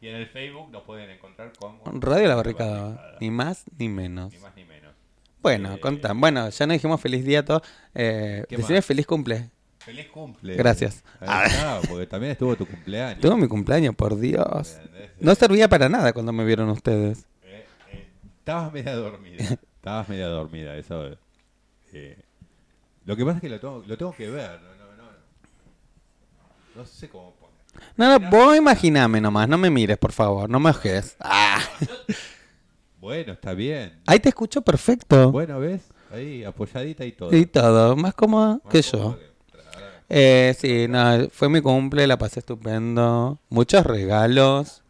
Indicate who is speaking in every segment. Speaker 1: Y en el Facebook nos pueden encontrar como
Speaker 2: Radio La Barricada, ¿eh? ni más ni menos.
Speaker 1: Ni más ni menos.
Speaker 2: Bueno,
Speaker 1: Eh,
Speaker 2: contan. Bueno, ya nos dijimos feliz día a todos. Eh,
Speaker 1: ¿Qué
Speaker 2: decime
Speaker 1: más?
Speaker 2: feliz cumple.
Speaker 1: Feliz cumple.
Speaker 2: Gracias.
Speaker 1: Ahí está, porque también estuvo tu cumpleaños.
Speaker 2: Tuvo mi cumpleaños, por Dios.
Speaker 1: ¿Entendés?
Speaker 2: No servía para nada cuando me vieron ustedes.
Speaker 1: Eh, eh, estabas media dormida. Estabas media dormida, eso. eh. Eh, lo que pasa es que lo tengo, lo tengo que ver. No, no, no, no sé cómo poner.
Speaker 2: No, no, vos imaginame nomás, no me mires, por favor, no me ojes. Ah,
Speaker 1: Bueno, está bien.
Speaker 2: ahí te escucho perfecto.
Speaker 1: Bueno, ¿ves? Ahí, apoyadita y todo.
Speaker 2: Y todo, más cómoda
Speaker 1: Más
Speaker 2: que
Speaker 1: cómodo
Speaker 2: yo.
Speaker 1: que- ahora-
Speaker 2: Eh, sí, no, fue mi cumple, la pasé estupendo. Muchos regalos.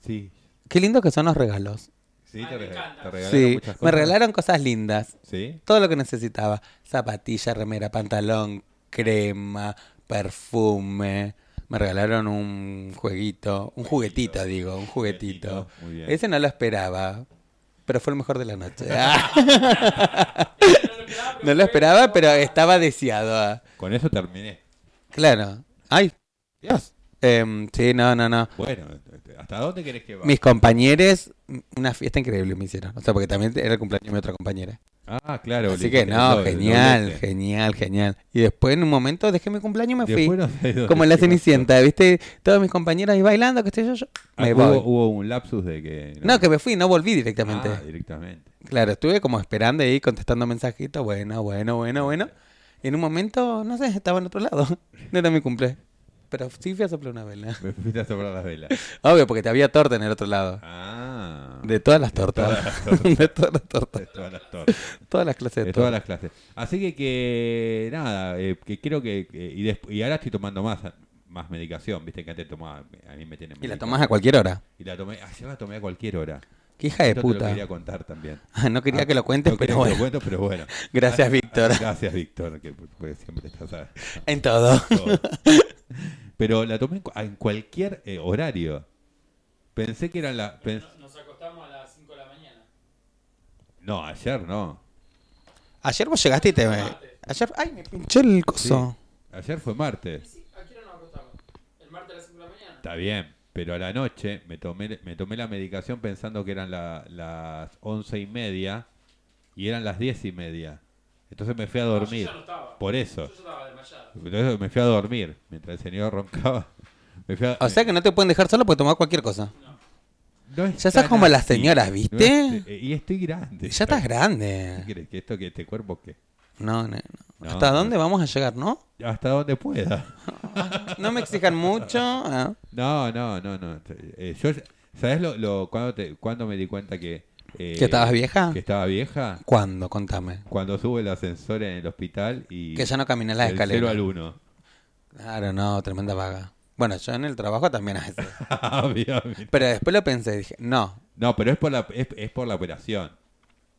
Speaker 1: Sí,
Speaker 2: Qué lindo que son los regalos.
Speaker 1: sí, te, rega- te regalaron
Speaker 2: Sí,
Speaker 1: muchas cosas.
Speaker 2: me regalaron cosas lindas.
Speaker 1: Sí,
Speaker 2: Todo lo que necesitaba. Zapatilla, remera, pantalón, crema, perfume. Me regalaron un jueguito, un juguetito, digo, un juguetito.
Speaker 1: Juguetito, muy bien.
Speaker 2: Ese no lo esperaba, pero fue el mejor de la noche. no lo esperaba, pero estaba deseado.
Speaker 1: con eso terminé.
Speaker 2: Claro. Ay, Dios. Em, sí, no, no, no.
Speaker 1: Bueno, este, ¿hasta dónde querés que vaya?
Speaker 2: Mis compañeros, una fiesta increíble me hicieron. O sea, porque también era el cumpleaños de mi otra compañera.
Speaker 1: Ah, claro.
Speaker 2: Así
Speaker 1: le
Speaker 2: que
Speaker 1: hiciste
Speaker 2: no,
Speaker 1: doble,
Speaker 2: genial,
Speaker 1: doblete.
Speaker 2: genial, genial. Y después en un momento dejé mi cumpleaños y me fui.
Speaker 1: Después no sé dónde
Speaker 2: Como en la
Speaker 1: llegó.
Speaker 2: Cenicienta, ¿viste? Todos mis compañeros ahí bailando, que estoy yo, yo
Speaker 1: Ah,
Speaker 2: me voy.
Speaker 1: hubo, hubo un lapsus de que...
Speaker 2: No, que me fui, no volví directamente.
Speaker 1: Ah, directamente.
Speaker 2: Claro, estuve como esperando ahí, contestando mensajitos, bueno, bueno, bueno, bueno. Y en un momento, no sé, estaba en otro lado. No era mi cumple. Pero sí fui a soplar una vela.
Speaker 1: Me fuiste a soplar las velas.
Speaker 2: Obvio, porque te había torta en el otro lado.
Speaker 1: Ah.
Speaker 2: De todas las tortas. De todas las tortas.
Speaker 1: de todas las tortas.
Speaker 2: Todas las clases de,
Speaker 1: De
Speaker 2: torta.
Speaker 1: todas las clases. Así que, que nada, eh, que creo que... que- y, desp- y ahora estoy tomando más más medicación, viste que antes tomaba, a mí me tienen
Speaker 2: Y la
Speaker 1: medicación.
Speaker 2: tomás a cualquier hora.
Speaker 1: Y la tomé, ayer la tomé a cualquier hora.
Speaker 2: Qué hija de
Speaker 1: Esto te lo
Speaker 2: Eh, puta.
Speaker 1: quería contar también.
Speaker 2: Ah, no quería que lo cuentes,
Speaker 1: no
Speaker 2: pero
Speaker 1: quería que
Speaker 2: bueno.
Speaker 1: lo cuento, pero bueno.
Speaker 2: Gracias, Víctor.
Speaker 1: Gracias, Víctor, que porque siempre estás a-
Speaker 2: En todo.
Speaker 1: todo. Pero la tomé en cu- en cualquier eh, horario. Pensé que eran la... pens-
Speaker 3: Nos acostamos a las 5 de la mañana.
Speaker 1: No, ayer no.
Speaker 2: Ayer vos llegaste y te... Ayer... Ay, me pinché el coso.
Speaker 1: Ayer fue martes.
Speaker 3: Sí, ¿a qué hora nos acostamos? El martes a las 5 de la mañana.
Speaker 1: Está bien, pero a la noche me tomé, me tomé la medicación pensando que eran la- las once y media y eran las diez y media. Entonces me fui a dormir.
Speaker 3: yo ya no estaba.
Speaker 1: Por eso.
Speaker 3: Yo ya estaba desmayado.
Speaker 1: Entonces me fui a dormir mientras el señor roncaba. Me fui a-
Speaker 2: O sea que no te pueden dejar solo porque tomás cualquier cosa.
Speaker 1: No es
Speaker 2: Ya estás
Speaker 1: tan
Speaker 2: como las
Speaker 1: así.
Speaker 2: señoras,
Speaker 1: No
Speaker 2: ¿viste?
Speaker 1: es- eh, y estoy grande.
Speaker 2: Ya estás
Speaker 1: ¿Qué
Speaker 2: grande.
Speaker 1: crees? ¿Que esto que este cuerpo qué?
Speaker 2: No, no, no.
Speaker 1: No,
Speaker 2: ¿Hasta
Speaker 1: no.
Speaker 2: dónde vamos a llegar, no?
Speaker 1: Hasta donde pueda.
Speaker 2: No me exijan mucho. ah.
Speaker 1: No, no, no, no. Eh, yo, ¿Sabes lo, lo, cuándo, te, cuándo me di cuenta que... eh,
Speaker 2: ¿Que estabas vieja?
Speaker 1: Que estaba vieja.
Speaker 2: ¿Cuándo? Contame.
Speaker 1: Cuando sube el ascensor en el hospital y...
Speaker 2: Que ya no caminás las
Speaker 1: del cero al
Speaker 2: escaleras.
Speaker 1: 1.
Speaker 2: Claro, no, tremenda vaga. Bueno, yo en el trabajo también a veces.
Speaker 1: Obviamente.
Speaker 2: Pero después lo pensé, dije, no.
Speaker 1: No, pero es por la, es, es por la operación.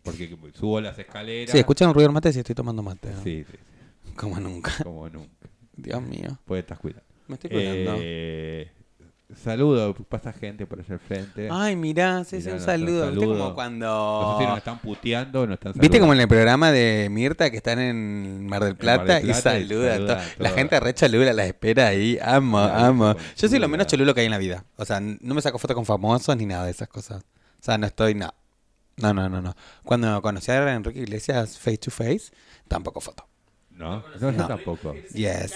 Speaker 1: Porque subo las escaleras.
Speaker 2: Sí, escuchan un ruido del mate si estoy tomando mate. ¿no?
Speaker 1: Sí, sí, sí,
Speaker 2: Como nunca.
Speaker 1: como nunca.
Speaker 2: Dios mío.
Speaker 1: Pues estás cuidando.
Speaker 2: Me estoy cuidando.
Speaker 1: Eh, saludo, pasa gente por allá al frente.
Speaker 2: Ay, mirá, sí, sí,
Speaker 1: Mirá
Speaker 2: un
Speaker 1: nuestro
Speaker 2: saludo. ¿Viste
Speaker 1: saludo.
Speaker 2: como
Speaker 1: No sé si nos
Speaker 2: cuando...
Speaker 1: están puteando, nos están
Speaker 2: ¿Viste como
Speaker 1: saludando.
Speaker 2: en el programa de Mirta que están en Mar del Plata,
Speaker 1: Mar del
Speaker 2: y
Speaker 1: Plata y
Speaker 2: saluda, a
Speaker 1: saluda
Speaker 2: to-
Speaker 1: a
Speaker 2: La
Speaker 1: todos.
Speaker 2: gente re cholula la espera ahí. Amo,
Speaker 1: Claro,
Speaker 2: amo.
Speaker 1: conchuda.
Speaker 2: Yo soy lo menos cholulo que hay en la vida. O sea, n- no me saco fotos con famosos ni nada de esas cosas. O sea, no estoy, no. No, no, no, no. Cuando conocí a Enrique Iglesias face to face, tampoco foto.
Speaker 1: No, no, yo
Speaker 2: No.
Speaker 1: tampoco.
Speaker 2: Yes.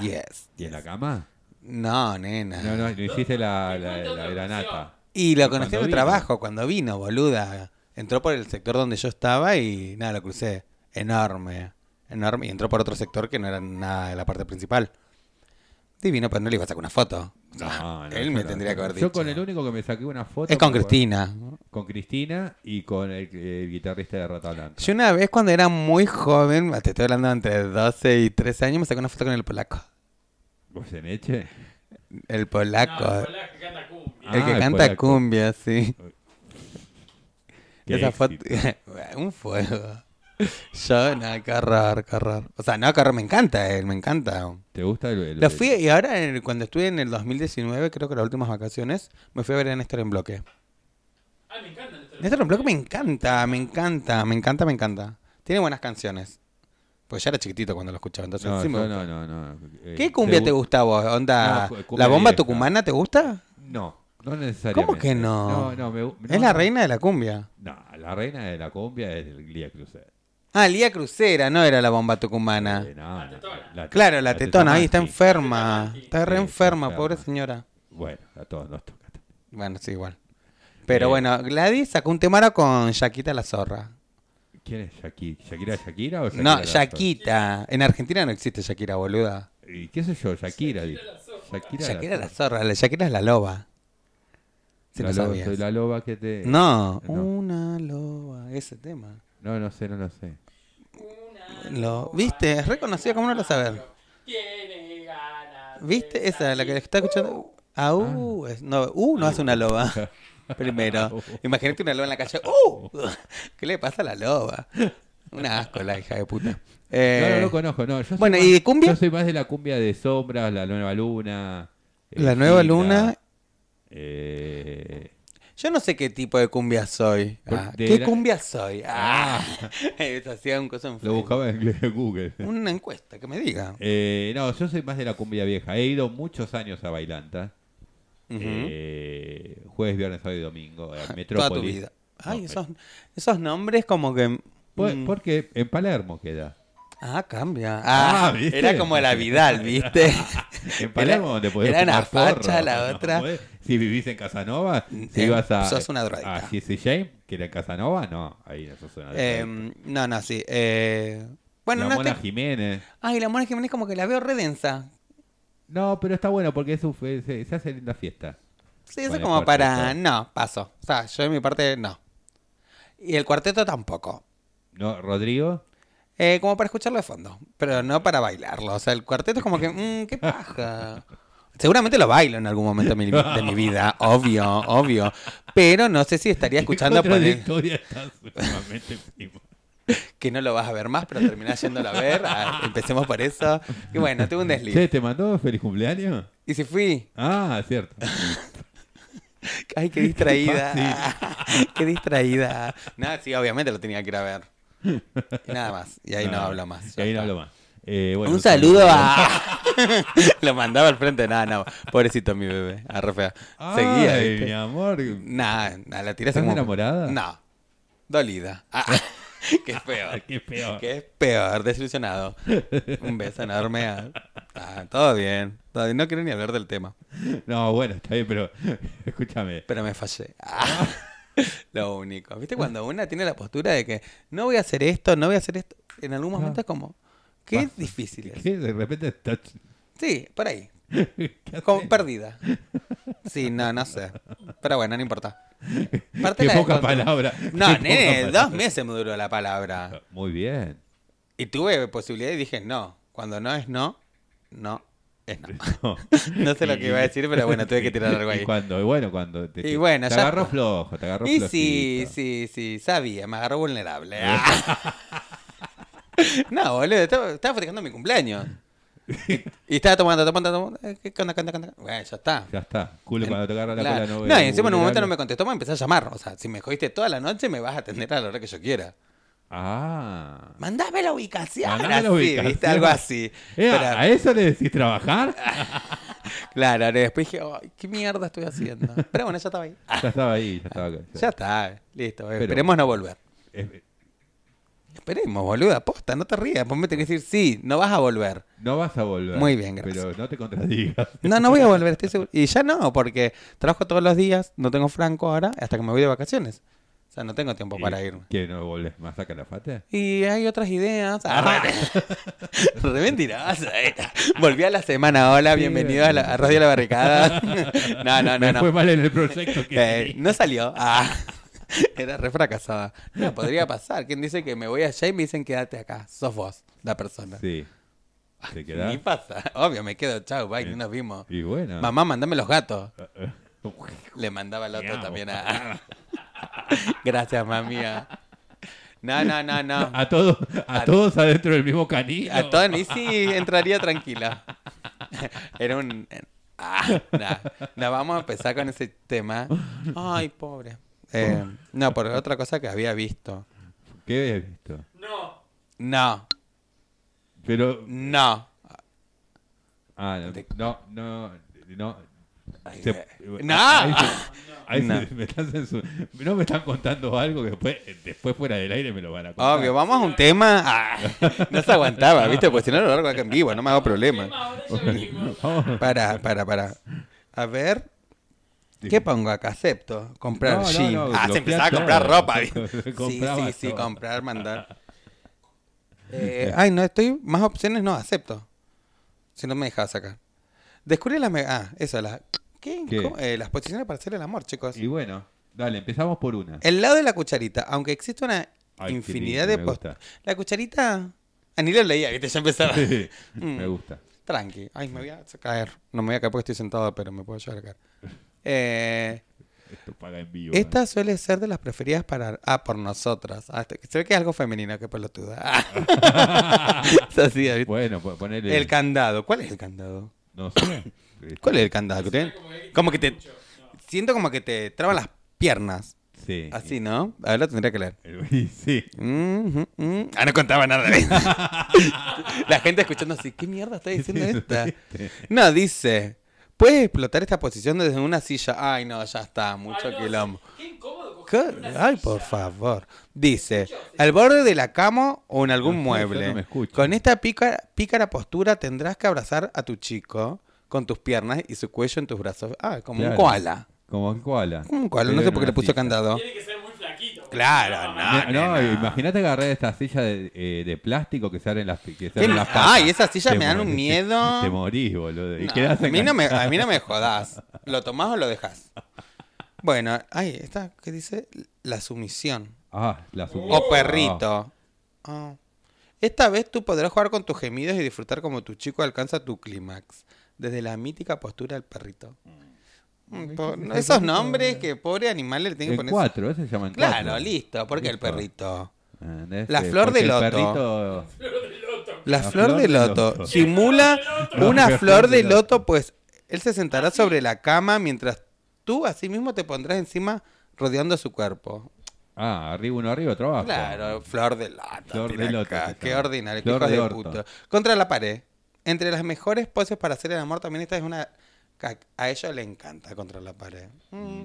Speaker 2: Yes.
Speaker 1: ¿Y en la cama?
Speaker 2: No, nena.
Speaker 1: No, no, no hiciste la,
Speaker 3: Me
Speaker 1: la,
Speaker 3: cuenta
Speaker 1: la
Speaker 3: otra
Speaker 1: granata.
Speaker 2: Y lo
Speaker 1: Pero
Speaker 2: conocí
Speaker 1: cuando
Speaker 2: en el
Speaker 1: vino.
Speaker 2: trabajo, cuando vino, boluda. Entró por el sector donde yo estaba y nada, lo crucé. Enorme, enorme. Y entró por otro sector que no era nada de la parte principal. Divino, pero no le iba a sacar una foto. O sea,
Speaker 1: No, no,
Speaker 2: Ah, él
Speaker 1: yo
Speaker 2: me
Speaker 1: no.
Speaker 2: tendría que haber dicho.
Speaker 1: Yo con el único que me saqué una foto.
Speaker 2: Es con
Speaker 1: fue
Speaker 2: Cristina.
Speaker 1: Con Cristina y con el, el guitarrista de Ratalanta.
Speaker 2: Yo una vez cuando era muy joven, te estoy hablando entre 12 y 13 años, me saqué una foto con el polaco.
Speaker 1: ¿Goyeneche?
Speaker 2: El
Speaker 3: No,
Speaker 2: polaco.
Speaker 3: fue la que canta cumbia.
Speaker 2: el
Speaker 1: Ah,
Speaker 2: que
Speaker 1: el
Speaker 2: canta
Speaker 1: polaco.
Speaker 2: cumbia, sí.
Speaker 1: Qué
Speaker 2: Esa foto.
Speaker 1: éxito.
Speaker 2: un fuego. Yo, no, qué horror, qué horror. O sea, no, qué horror, me encanta él, me encanta.
Speaker 1: ¿Te gusta el, el-
Speaker 2: Lo fui, y ahora en el- cuando estuve en el 2019, creo que las últimas vacaciones, me fui a ver a Néstor en bloque.
Speaker 3: Ay, me encanta el
Speaker 2: Néstor en bloque me encanta, me encanta, me encanta, me encanta. Tiene buenas canciones. Pues ya era chiquitito cuando lo escuchaba, entonces
Speaker 1: No,
Speaker 2: sí me
Speaker 1: yo
Speaker 2: gusta.
Speaker 1: no, no, no. Eh,
Speaker 2: ¿Qué cumbia
Speaker 1: gu-
Speaker 2: te gusta a vos? Onda,
Speaker 1: No, cu- cumbia
Speaker 2: ¿La bomba
Speaker 1: vieja.
Speaker 2: tucumana te gusta?
Speaker 1: No, No necesariamente.
Speaker 2: ¿Cómo que no?
Speaker 1: No, no, me, gu-
Speaker 2: es
Speaker 1: no,
Speaker 2: la
Speaker 1: no.
Speaker 2: reina de la cumbia.
Speaker 1: No, la reina de la cumbia es el Glia Cruiser.
Speaker 2: Ah, Lía Crucera, no era la bomba tucumana.
Speaker 1: Eh, no,
Speaker 3: La
Speaker 1: no,
Speaker 3: tetona.
Speaker 1: la te-
Speaker 2: Ah. Claro, la tetona, ahí está
Speaker 1: sí.
Speaker 2: enferma.
Speaker 3: Sí,
Speaker 2: Está re
Speaker 1: está
Speaker 2: enferma, pobre
Speaker 1: enferma.
Speaker 2: señora.
Speaker 1: Bueno, a todos nos toca.
Speaker 2: Bueno, sí, igual. Pero
Speaker 1: Bien.
Speaker 2: bueno, Gladys sacó un temara con Shakita la zorra.
Speaker 1: ¿Quién es Shakira? ¿Shakira Shakira o Shakira?
Speaker 2: No,
Speaker 1: la-
Speaker 2: Shakita. En Argentina no existe Shakira, boluda.
Speaker 1: ¿Y qué sé yo? Shakira. di-
Speaker 3: la zorra.
Speaker 1: Shakira,
Speaker 2: Shakira la zorra, la Shakira es la loba. Si
Speaker 1: La
Speaker 2: lo
Speaker 1: loba-
Speaker 2: sabías.
Speaker 1: soy la loba que te...
Speaker 2: No,
Speaker 1: No.
Speaker 2: una loba, ese tema.
Speaker 1: No, no sé, no lo sé.
Speaker 3: Una
Speaker 2: Lo,
Speaker 3: loba
Speaker 2: ¿Viste? Es reconocida, ¿cómo no lo saber?
Speaker 3: Tiene ganas. de
Speaker 2: ¿Viste? Esa, la que
Speaker 3: salir.
Speaker 2: está escuchando. Ah, uh, es- no, uh, no hace una loba.
Speaker 1: Uh.
Speaker 2: Primero. Imagínate una loba en la calle. ¡Uh! ¿Qué le pasa a la loba? Una asco la hija de puta. Eh,
Speaker 1: no, no lo conozco, no. Yo soy
Speaker 2: bueno,
Speaker 1: más-
Speaker 2: ¿y de cumbia?
Speaker 1: Yo soy más de la cumbia de sombras, la nueva luna. eh,
Speaker 2: La Nueva
Speaker 1: Gilda,
Speaker 2: Luna.
Speaker 1: eh,
Speaker 2: Yo no sé qué tipo de cumbia soy. Ah,
Speaker 1: De
Speaker 2: ¿Qué
Speaker 1: la-
Speaker 2: cumbia soy? Ah, eso hacía un coso en
Speaker 1: lo
Speaker 2: Facebook.
Speaker 1: buscaba en Google.
Speaker 2: Una encuesta que me diga.
Speaker 1: Eh, no, yo soy más de la cumbia vieja. He ido muchos años a Bailanta.
Speaker 2: Ujú.
Speaker 1: eh, jueves, viernes, sábado y domingo. A
Speaker 2: Toda tu
Speaker 1: Metrópolis.
Speaker 2: vida. Ay,
Speaker 1: No,
Speaker 2: esos, esos nombres como que.
Speaker 1: Por-
Speaker 2: mm,
Speaker 1: Porque en Palermo queda.
Speaker 2: Ah, cambia. Ah,
Speaker 1: Ah, ¿viste?
Speaker 2: era como la Vidal, ¿viste?
Speaker 1: En Palermo
Speaker 2: Era-
Speaker 1: donde podés
Speaker 2: era una
Speaker 1: fumar
Speaker 2: facha
Speaker 1: porro,
Speaker 2: la
Speaker 1: ¿no?
Speaker 2: otra.
Speaker 1: Podés- Si vivís en Casanova, si
Speaker 2: Eh,
Speaker 1: ibas a.
Speaker 2: sos una drogadicta.
Speaker 1: A CC James, que era en Casanova, no. Ahí no sos una
Speaker 2: Eh,
Speaker 1: drogadicta.
Speaker 2: no, no, sí. Eh, bueno,
Speaker 1: la
Speaker 2: no
Speaker 1: Mona
Speaker 2: estoy-
Speaker 1: Jiménez.
Speaker 2: Ay, la Mona Jiménez como que la veo redensa.
Speaker 1: No, pero está bueno porque es un fe- se, se hace linda fiesta.
Speaker 2: Sí, eso
Speaker 1: Con el
Speaker 2: como para...
Speaker 1: cuarteto.
Speaker 2: No, paso. O sea, yo de mi parte no. Y el cuarteto tampoco.
Speaker 1: ¿No, Rodrigo?
Speaker 2: Eh, como para escucharlo de fondo, pero no para bailarlo. O sea, el cuarteto es como que, mmm, qué paja. Seguramente lo bailo en algún momento de mi, de mi vida, obvio, obvio. Pero no sé si estaría escuchando
Speaker 1: por
Speaker 2: poner-
Speaker 1: historia estás últimamente, primo?
Speaker 2: que no lo vas a ver más, pero terminás yéndolo a ver. Ah, empecemos por eso. Y bueno, tuve un desliz.
Speaker 1: Che, ¿te mandó feliz cumpleaños?
Speaker 2: Y si fui,
Speaker 1: Ah, cierto.
Speaker 2: ay, qué distraída. qué distraída. Nada, sí, obviamente lo tenía que ir a ver. Y nada más. Y ahí no, hablo más.
Speaker 1: Ah, Y
Speaker 2: ya
Speaker 1: ahí no
Speaker 2: está.
Speaker 1: hablo más. Eh, bueno,
Speaker 2: un saludo a. lo mandaba al frente. Nada, no. Pobrecito mi bebé. Ah, re fea. Seguía.
Speaker 1: Ay,
Speaker 2: ¿viste?
Speaker 1: mi amor.
Speaker 2: Nah, nah, la tiré
Speaker 1: ¿Estás enamorada?
Speaker 2: No. Dolida. Ah, que es peor.
Speaker 1: Qué peor.
Speaker 2: Que es peor, desilusionado. Un beso enorme. a- Ah, todo bien. todo bien. No quiero ni hablar del tema.
Speaker 1: No, bueno, está bien, pero escúchame.
Speaker 2: Pero me fallé. Ah, lo único. ¿Viste cuando una tiene la postura de que no voy a hacer esto, no voy a hacer esto? En algún momento es como, qué
Speaker 1: Pasa.
Speaker 2: difícil es.
Speaker 1: Ah. ¿Qué? De repente estás.
Speaker 2: Sí, por ahí.
Speaker 1: ¿Qué
Speaker 2: Como
Speaker 1: haces?
Speaker 2: perdida. Sí, no, no sé. Pero bueno, no importa. Parte
Speaker 1: Qué
Speaker 2: la
Speaker 1: poca
Speaker 2: encontré.
Speaker 1: palabra.
Speaker 2: No,
Speaker 1: Qué
Speaker 2: nene,
Speaker 1: poca
Speaker 2: dos
Speaker 1: palabra.
Speaker 2: meses me duró la palabra.
Speaker 1: Muy bien.
Speaker 2: Y tuve posibilidad y dije no. Cuando no es no, no es no.
Speaker 1: No.
Speaker 2: No sé lo que iba a decir, pero bueno, tuve que tirar algo
Speaker 1: Y
Speaker 2: ahí.
Speaker 1: cuando, y bueno, cuando te,
Speaker 2: Y bueno,
Speaker 1: te
Speaker 2: ya
Speaker 1: agarró
Speaker 2: está.
Speaker 1: flojo, te agarró
Speaker 2: Y
Speaker 1: flojito. Eh.
Speaker 2: sí, sí, sí, sabía, me agarró vulnerable. Ah. No, boludo, estaba, estaba festejando mi cumpleaños. Y, y estaba tomando, tomando, tomando. eh, ¿Qué onda, qué onda, qué onda? Bueno, ya está.
Speaker 1: Ya está. Culo cuando te agarra la
Speaker 2: Claro.
Speaker 1: cola no
Speaker 2: No, y encima en un momento no me contestó, me empezó a llamar. O sea, si me jodiste toda la noche, me vas a atender a la hora que yo quiera.
Speaker 1: Ah.
Speaker 2: Mandame la ubicación.
Speaker 1: Mandame la
Speaker 2: así,
Speaker 1: ubicación.
Speaker 2: ¿viste? Algo así.
Speaker 1: Eh,
Speaker 2: Pero-
Speaker 1: ¿A eso le decís trabajar?
Speaker 2: Claro, ahora después dije, "Ay, ¿qué mierda estoy haciendo? Pero bueno, ya estaba ahí. Ah,
Speaker 1: Ya estaba ahí, ya estaba acá.
Speaker 2: ya está, listo. eh,
Speaker 1: Pero-
Speaker 2: Esperemos no volver.
Speaker 1: Eh,
Speaker 2: Esperemos, boluda, posta, no te rías. Vos me tenés que decir, sí, no vas a volver.
Speaker 1: No vas a volver.
Speaker 2: Muy bien, gracias.
Speaker 1: Pero no te contradigas.
Speaker 2: No, no voy a volver, estoy seguro. Y ya no, porque trabajo todos los días, no tengo franco ahora, hasta que me voy de vacaciones. O sea, no tengo tiempo para
Speaker 1: Eh,
Speaker 2: irme.
Speaker 1: ¿Que no volvés más a Calafate?
Speaker 2: Y hay otras ideas. Ah, re- re mentirosa, eh. Volví a la semana, hola,
Speaker 1: Sí,
Speaker 2: bienvenido a, la, a Radio La Barricada. No, no,
Speaker 1: Me
Speaker 2: no, no.
Speaker 1: fue mal en el proyecto que
Speaker 2: Eh, no salió. Ah, era re fracasada. No, podría pasar. ¿Quién dice que me voy allá y me dicen quédate acá? Sos vos, la persona.
Speaker 1: Sí. ¿Te quedás?
Speaker 2: Ni pasa. Obvio, me quedo. Chau, bye, ni nos vimos.
Speaker 1: Y bueno.
Speaker 2: Mamá, mandame los gatos. Le mandaba el otro
Speaker 1: Miau.
Speaker 2: también a... Gracias, mamía. No, no, no, no.
Speaker 1: A todos, a
Speaker 2: A-
Speaker 1: todos adentro del mismo canino.
Speaker 2: A Tony sí entraría tranquila. Era un... Ah, nah. No, vamos a empezar con ese tema. Ay, pobre. Eh, no, por otra cosa que había visto.
Speaker 1: ¿Qué habías visto?
Speaker 3: No.
Speaker 2: No,
Speaker 1: Pero
Speaker 2: no.
Speaker 1: ah, no, no, no, no, Se-
Speaker 2: ¡Nah!
Speaker 1: ahí se- ahí se-
Speaker 2: No.
Speaker 1: me están censu- no me están contando algo que después, después fuera del aire me lo van a contar.
Speaker 2: Obvio, vamos a un tema. Ah, no se aguantaba, ¿viste? Pues si no lo largo acá en vivo, no me hago problema.
Speaker 3: Ahora ya venimos.
Speaker 1: Vamos.
Speaker 2: Para, para, para. A ver. ¿Qué pongo acá? Acepto. Comprar
Speaker 1: No, no,
Speaker 2: jean.
Speaker 1: no,
Speaker 2: ah,
Speaker 1: bloquea
Speaker 2: se empezaba a
Speaker 1: todo.
Speaker 2: comprar ropa. ¿viste? Sí,
Speaker 1: Compraba
Speaker 2: sí, sí,
Speaker 1: todo.
Speaker 2: comprar, mandar. Eh, ay, no, estoy. Más opciones no, acepto. Si no me dejas acá. Descubrí las. me- Ah, eso, las. ¿Qué?
Speaker 1: ¿Qué?
Speaker 2: ¿Cómo? Eh, las posiciones para hacer el amor, chicos.
Speaker 1: Y bueno, dale, empezamos por una.
Speaker 2: El lado de la cucharita, aunque existe una
Speaker 1: Ay,
Speaker 2: infinidad
Speaker 1: qué
Speaker 2: de
Speaker 1: lindo, me gusta.
Speaker 2: postas. La cucharita. Ah, ni lo leía, viste, ya empezaba.
Speaker 1: me
Speaker 2: Mm.
Speaker 1: gusta.
Speaker 2: Tranqui. Ay, me voy a caer. No me voy a caer porque estoy sentado, pero me puedo llegar a caer. Eh,
Speaker 1: Esto paga en vivo.
Speaker 2: esta suele ser de las preferidas para. Ah, por nosotras. Ah, te- se ve que es algo femenino, qué pelotuda. Ah. Es así,
Speaker 1: ¿eh?
Speaker 2: ¿viste?
Speaker 1: Bueno, po- ponele.
Speaker 2: El candado. ¿Cuál es el candado?
Speaker 1: no sé.
Speaker 2: ¿Cuál es el candado? que tienen? Como que te. Siento como que te traban las piernas.
Speaker 1: Sí.
Speaker 2: Así, ¿no? Ahora tendría que leer.
Speaker 1: Y sí.
Speaker 2: Mhm, mhm. Ah, no contaba nada. La gente escuchando así, ¿qué mierda está diciendo esta? No, dice, puedes explotar esta posición desde una silla. Ay, no, ya está, mucho
Speaker 3: Ay, no,
Speaker 2: quilombo.
Speaker 3: Qué incómodo.
Speaker 2: ¿Qué?
Speaker 3: coger una
Speaker 2: Ay,
Speaker 3: silla.
Speaker 2: por favor. Dice, al borde de la cama o en algún
Speaker 1: No, yo
Speaker 2: mueble.
Speaker 1: no me escucho.
Speaker 2: Con esta pícara, pícara postura tendrás que abrazar a tu chico con tus piernas y su cuello en tus brazos. Ah, como un
Speaker 1: Claro.
Speaker 2: koala.
Speaker 1: Como en koala.
Speaker 2: Como un koala, no
Speaker 1: Pero
Speaker 2: sé
Speaker 1: en
Speaker 2: por qué
Speaker 1: una
Speaker 2: le puso
Speaker 1: silla.
Speaker 2: candado.
Speaker 3: Tiene que ser muy flaquito. porque
Speaker 2: Claro,
Speaker 3: no.
Speaker 2: no.
Speaker 1: No, no,
Speaker 2: Ah, nena.
Speaker 1: imagínate agarrar esta silla de, eh, de plástico que salen las, que
Speaker 2: ¿Qué?
Speaker 1: salen las patas.
Speaker 2: Ay, esas sillas
Speaker 1: Te
Speaker 2: me dan
Speaker 1: morís,
Speaker 2: un miedo.
Speaker 1: Te morís, boludo. Y
Speaker 2: No,
Speaker 1: quedás
Speaker 2: a, mí no me,
Speaker 1: enganchado.
Speaker 2: a mí no me jodas. ¿Lo tomás o lo dejas? Bueno, ay, esta que dice la sumisión.
Speaker 1: Ah, la subí.
Speaker 2: O perrito. Ah. Esta vez tú podrás jugar con tus gemidos y disfrutar como tu chico alcanza tu clímax. Desde la mítica postura del perrito. Mm, po- no, esos nombres que pobre animal le tienen que
Speaker 1: En
Speaker 2: poner.
Speaker 1: cuatro, ese se llaman cuatro.
Speaker 2: Claro, listo. Porque el
Speaker 1: Listo.
Speaker 2: perrito.
Speaker 1: ¿Entendés?
Speaker 2: La
Speaker 1: Eh,
Speaker 2: flor
Speaker 1: porque
Speaker 2: de loto.
Speaker 1: El perrito
Speaker 2: La, flor, de loto, simula
Speaker 1: loto.
Speaker 2: una
Speaker 1: La
Speaker 2: flor de loto, pues él se sentará sobre la cama mientras tú así mismo te pondrás encima rodeando su cuerpo.
Speaker 1: Ah, arriba uno, arriba otro abajo.
Speaker 2: Claro, flor de loto.
Speaker 1: Flor
Speaker 2: tira
Speaker 1: de loto
Speaker 2: acá.
Speaker 1: se
Speaker 2: Qué
Speaker 1: llama.
Speaker 2: ordinario, qué
Speaker 1: Flor
Speaker 2: hijos
Speaker 1: de
Speaker 2: de
Speaker 1: orto.
Speaker 2: puta. Contra la pared. Entre las mejores poses para hacer el amor también esta es una... A, a ellos le encanta contra la pared. Mm.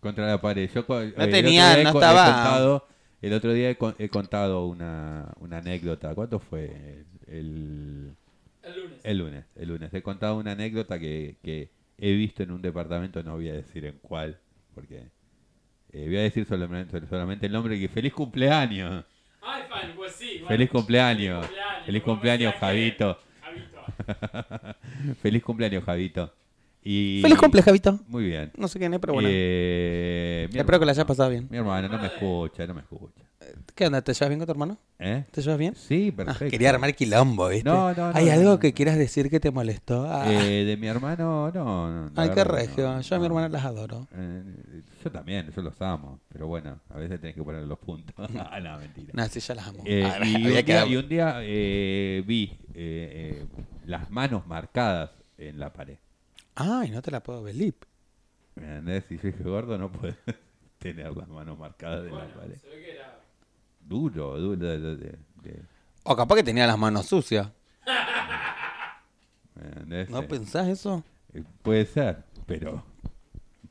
Speaker 1: Contra la pared. Yo co- el otro
Speaker 2: tenía,
Speaker 1: día he
Speaker 2: no
Speaker 1: co- he
Speaker 2: estaba.
Speaker 1: contado- el otro día he, con- he contado una, una anécdota. ¿Cuánto fue? El,
Speaker 3: El lunes.
Speaker 1: el lunes. El lunes. He contado una anécdota que, que he visto en un departamento. No voy a decir en cuál. Porque eh, voy a decir solamente, solamente el nombre. Que feliz cumpleaños.
Speaker 3: Ay, fan, pues sí. bueno.
Speaker 1: Feliz cumpleaños. Feliz cumpleaños,
Speaker 3: Como decía
Speaker 1: Javito.
Speaker 3: que- Javito.
Speaker 1: Feliz cumpleaños, Javito. Y...
Speaker 2: Feliz cumpleaños, Javito.
Speaker 1: Muy bien.
Speaker 2: No sé quién es, pero bueno.
Speaker 1: Eh, mi
Speaker 2: Espero que la
Speaker 1: hermano.
Speaker 2: hayas pasado bien.
Speaker 1: Mi hermano no me escucha, no me escucha.
Speaker 2: ¿Qué onda? ¿Te llevas bien con tu hermano?
Speaker 1: ¿Eh?
Speaker 2: ¿Te llevas bien?
Speaker 1: Sí,
Speaker 2: Ah,
Speaker 1: perfecto.
Speaker 2: quería armar quilombo, ¿viste?
Speaker 1: No, no, no,
Speaker 2: ¿Hay
Speaker 1: no,
Speaker 2: algo
Speaker 1: no.
Speaker 2: que quieras decir que te molestó? Ah.
Speaker 1: Eh, de mi hermano, no. no, la
Speaker 2: Ay, qué
Speaker 1: verdad que
Speaker 2: regio.
Speaker 1: no,
Speaker 2: Yo a mi
Speaker 1: no.
Speaker 2: hermana las adoro.
Speaker 1: Eh, yo también, yo los amo. Pero bueno, a veces tenés que poner los puntos. ah, no, mentira.
Speaker 2: No, sí, ya las amo.
Speaker 1: Eh,
Speaker 2: Ah,
Speaker 1: y, un
Speaker 2: había
Speaker 1: día,
Speaker 2: quedado-
Speaker 1: y un día, eh, vi eh, eh, las manos marcadas en la pared.
Speaker 2: Ay, no te la puedo ver, Lip.
Speaker 1: ¿Me entendés? Y yo dije, gordo, no puedes tener las manos marcadas en la
Speaker 3: Bueno,
Speaker 1: pared.
Speaker 3: se ve que era.
Speaker 1: Duro, duro. de- de- de- de-
Speaker 2: O capaz que tenía las manos sucias.
Speaker 1: ¿me entendés?
Speaker 2: ¿No pues-
Speaker 1: Eh,
Speaker 2: pensás eso?
Speaker 1: Eh, Puede ser, pero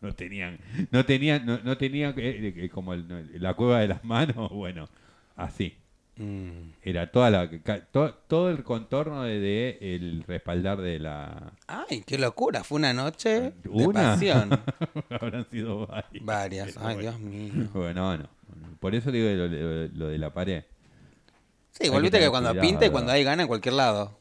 Speaker 1: no tenían, no tenían, no, no tenían eh, eh, como el- no, la cueva de las manos, bueno, así.
Speaker 2: Mm.
Speaker 1: Era toda la, ca- to- todo el contorno de, de el respaldar de la
Speaker 2: Ay, qué locura. Fue una noche de
Speaker 1: Ah, una.
Speaker 2: pasión.
Speaker 1: Habrán sido varias.
Speaker 2: Varias.
Speaker 1: Pero
Speaker 2: Ay,
Speaker 1: bueno.
Speaker 2: Dios mío.
Speaker 1: Bueno, no. Por eso digo lo, lo- lo de la pared.
Speaker 2: Sí,
Speaker 1: Hay
Speaker 2: igual
Speaker 1: que
Speaker 2: viste que
Speaker 1: tener
Speaker 2: cuando
Speaker 1: cuidado,
Speaker 2: pinta y cuando
Speaker 1: ¿verdad?
Speaker 2: hay gana en cualquier lado.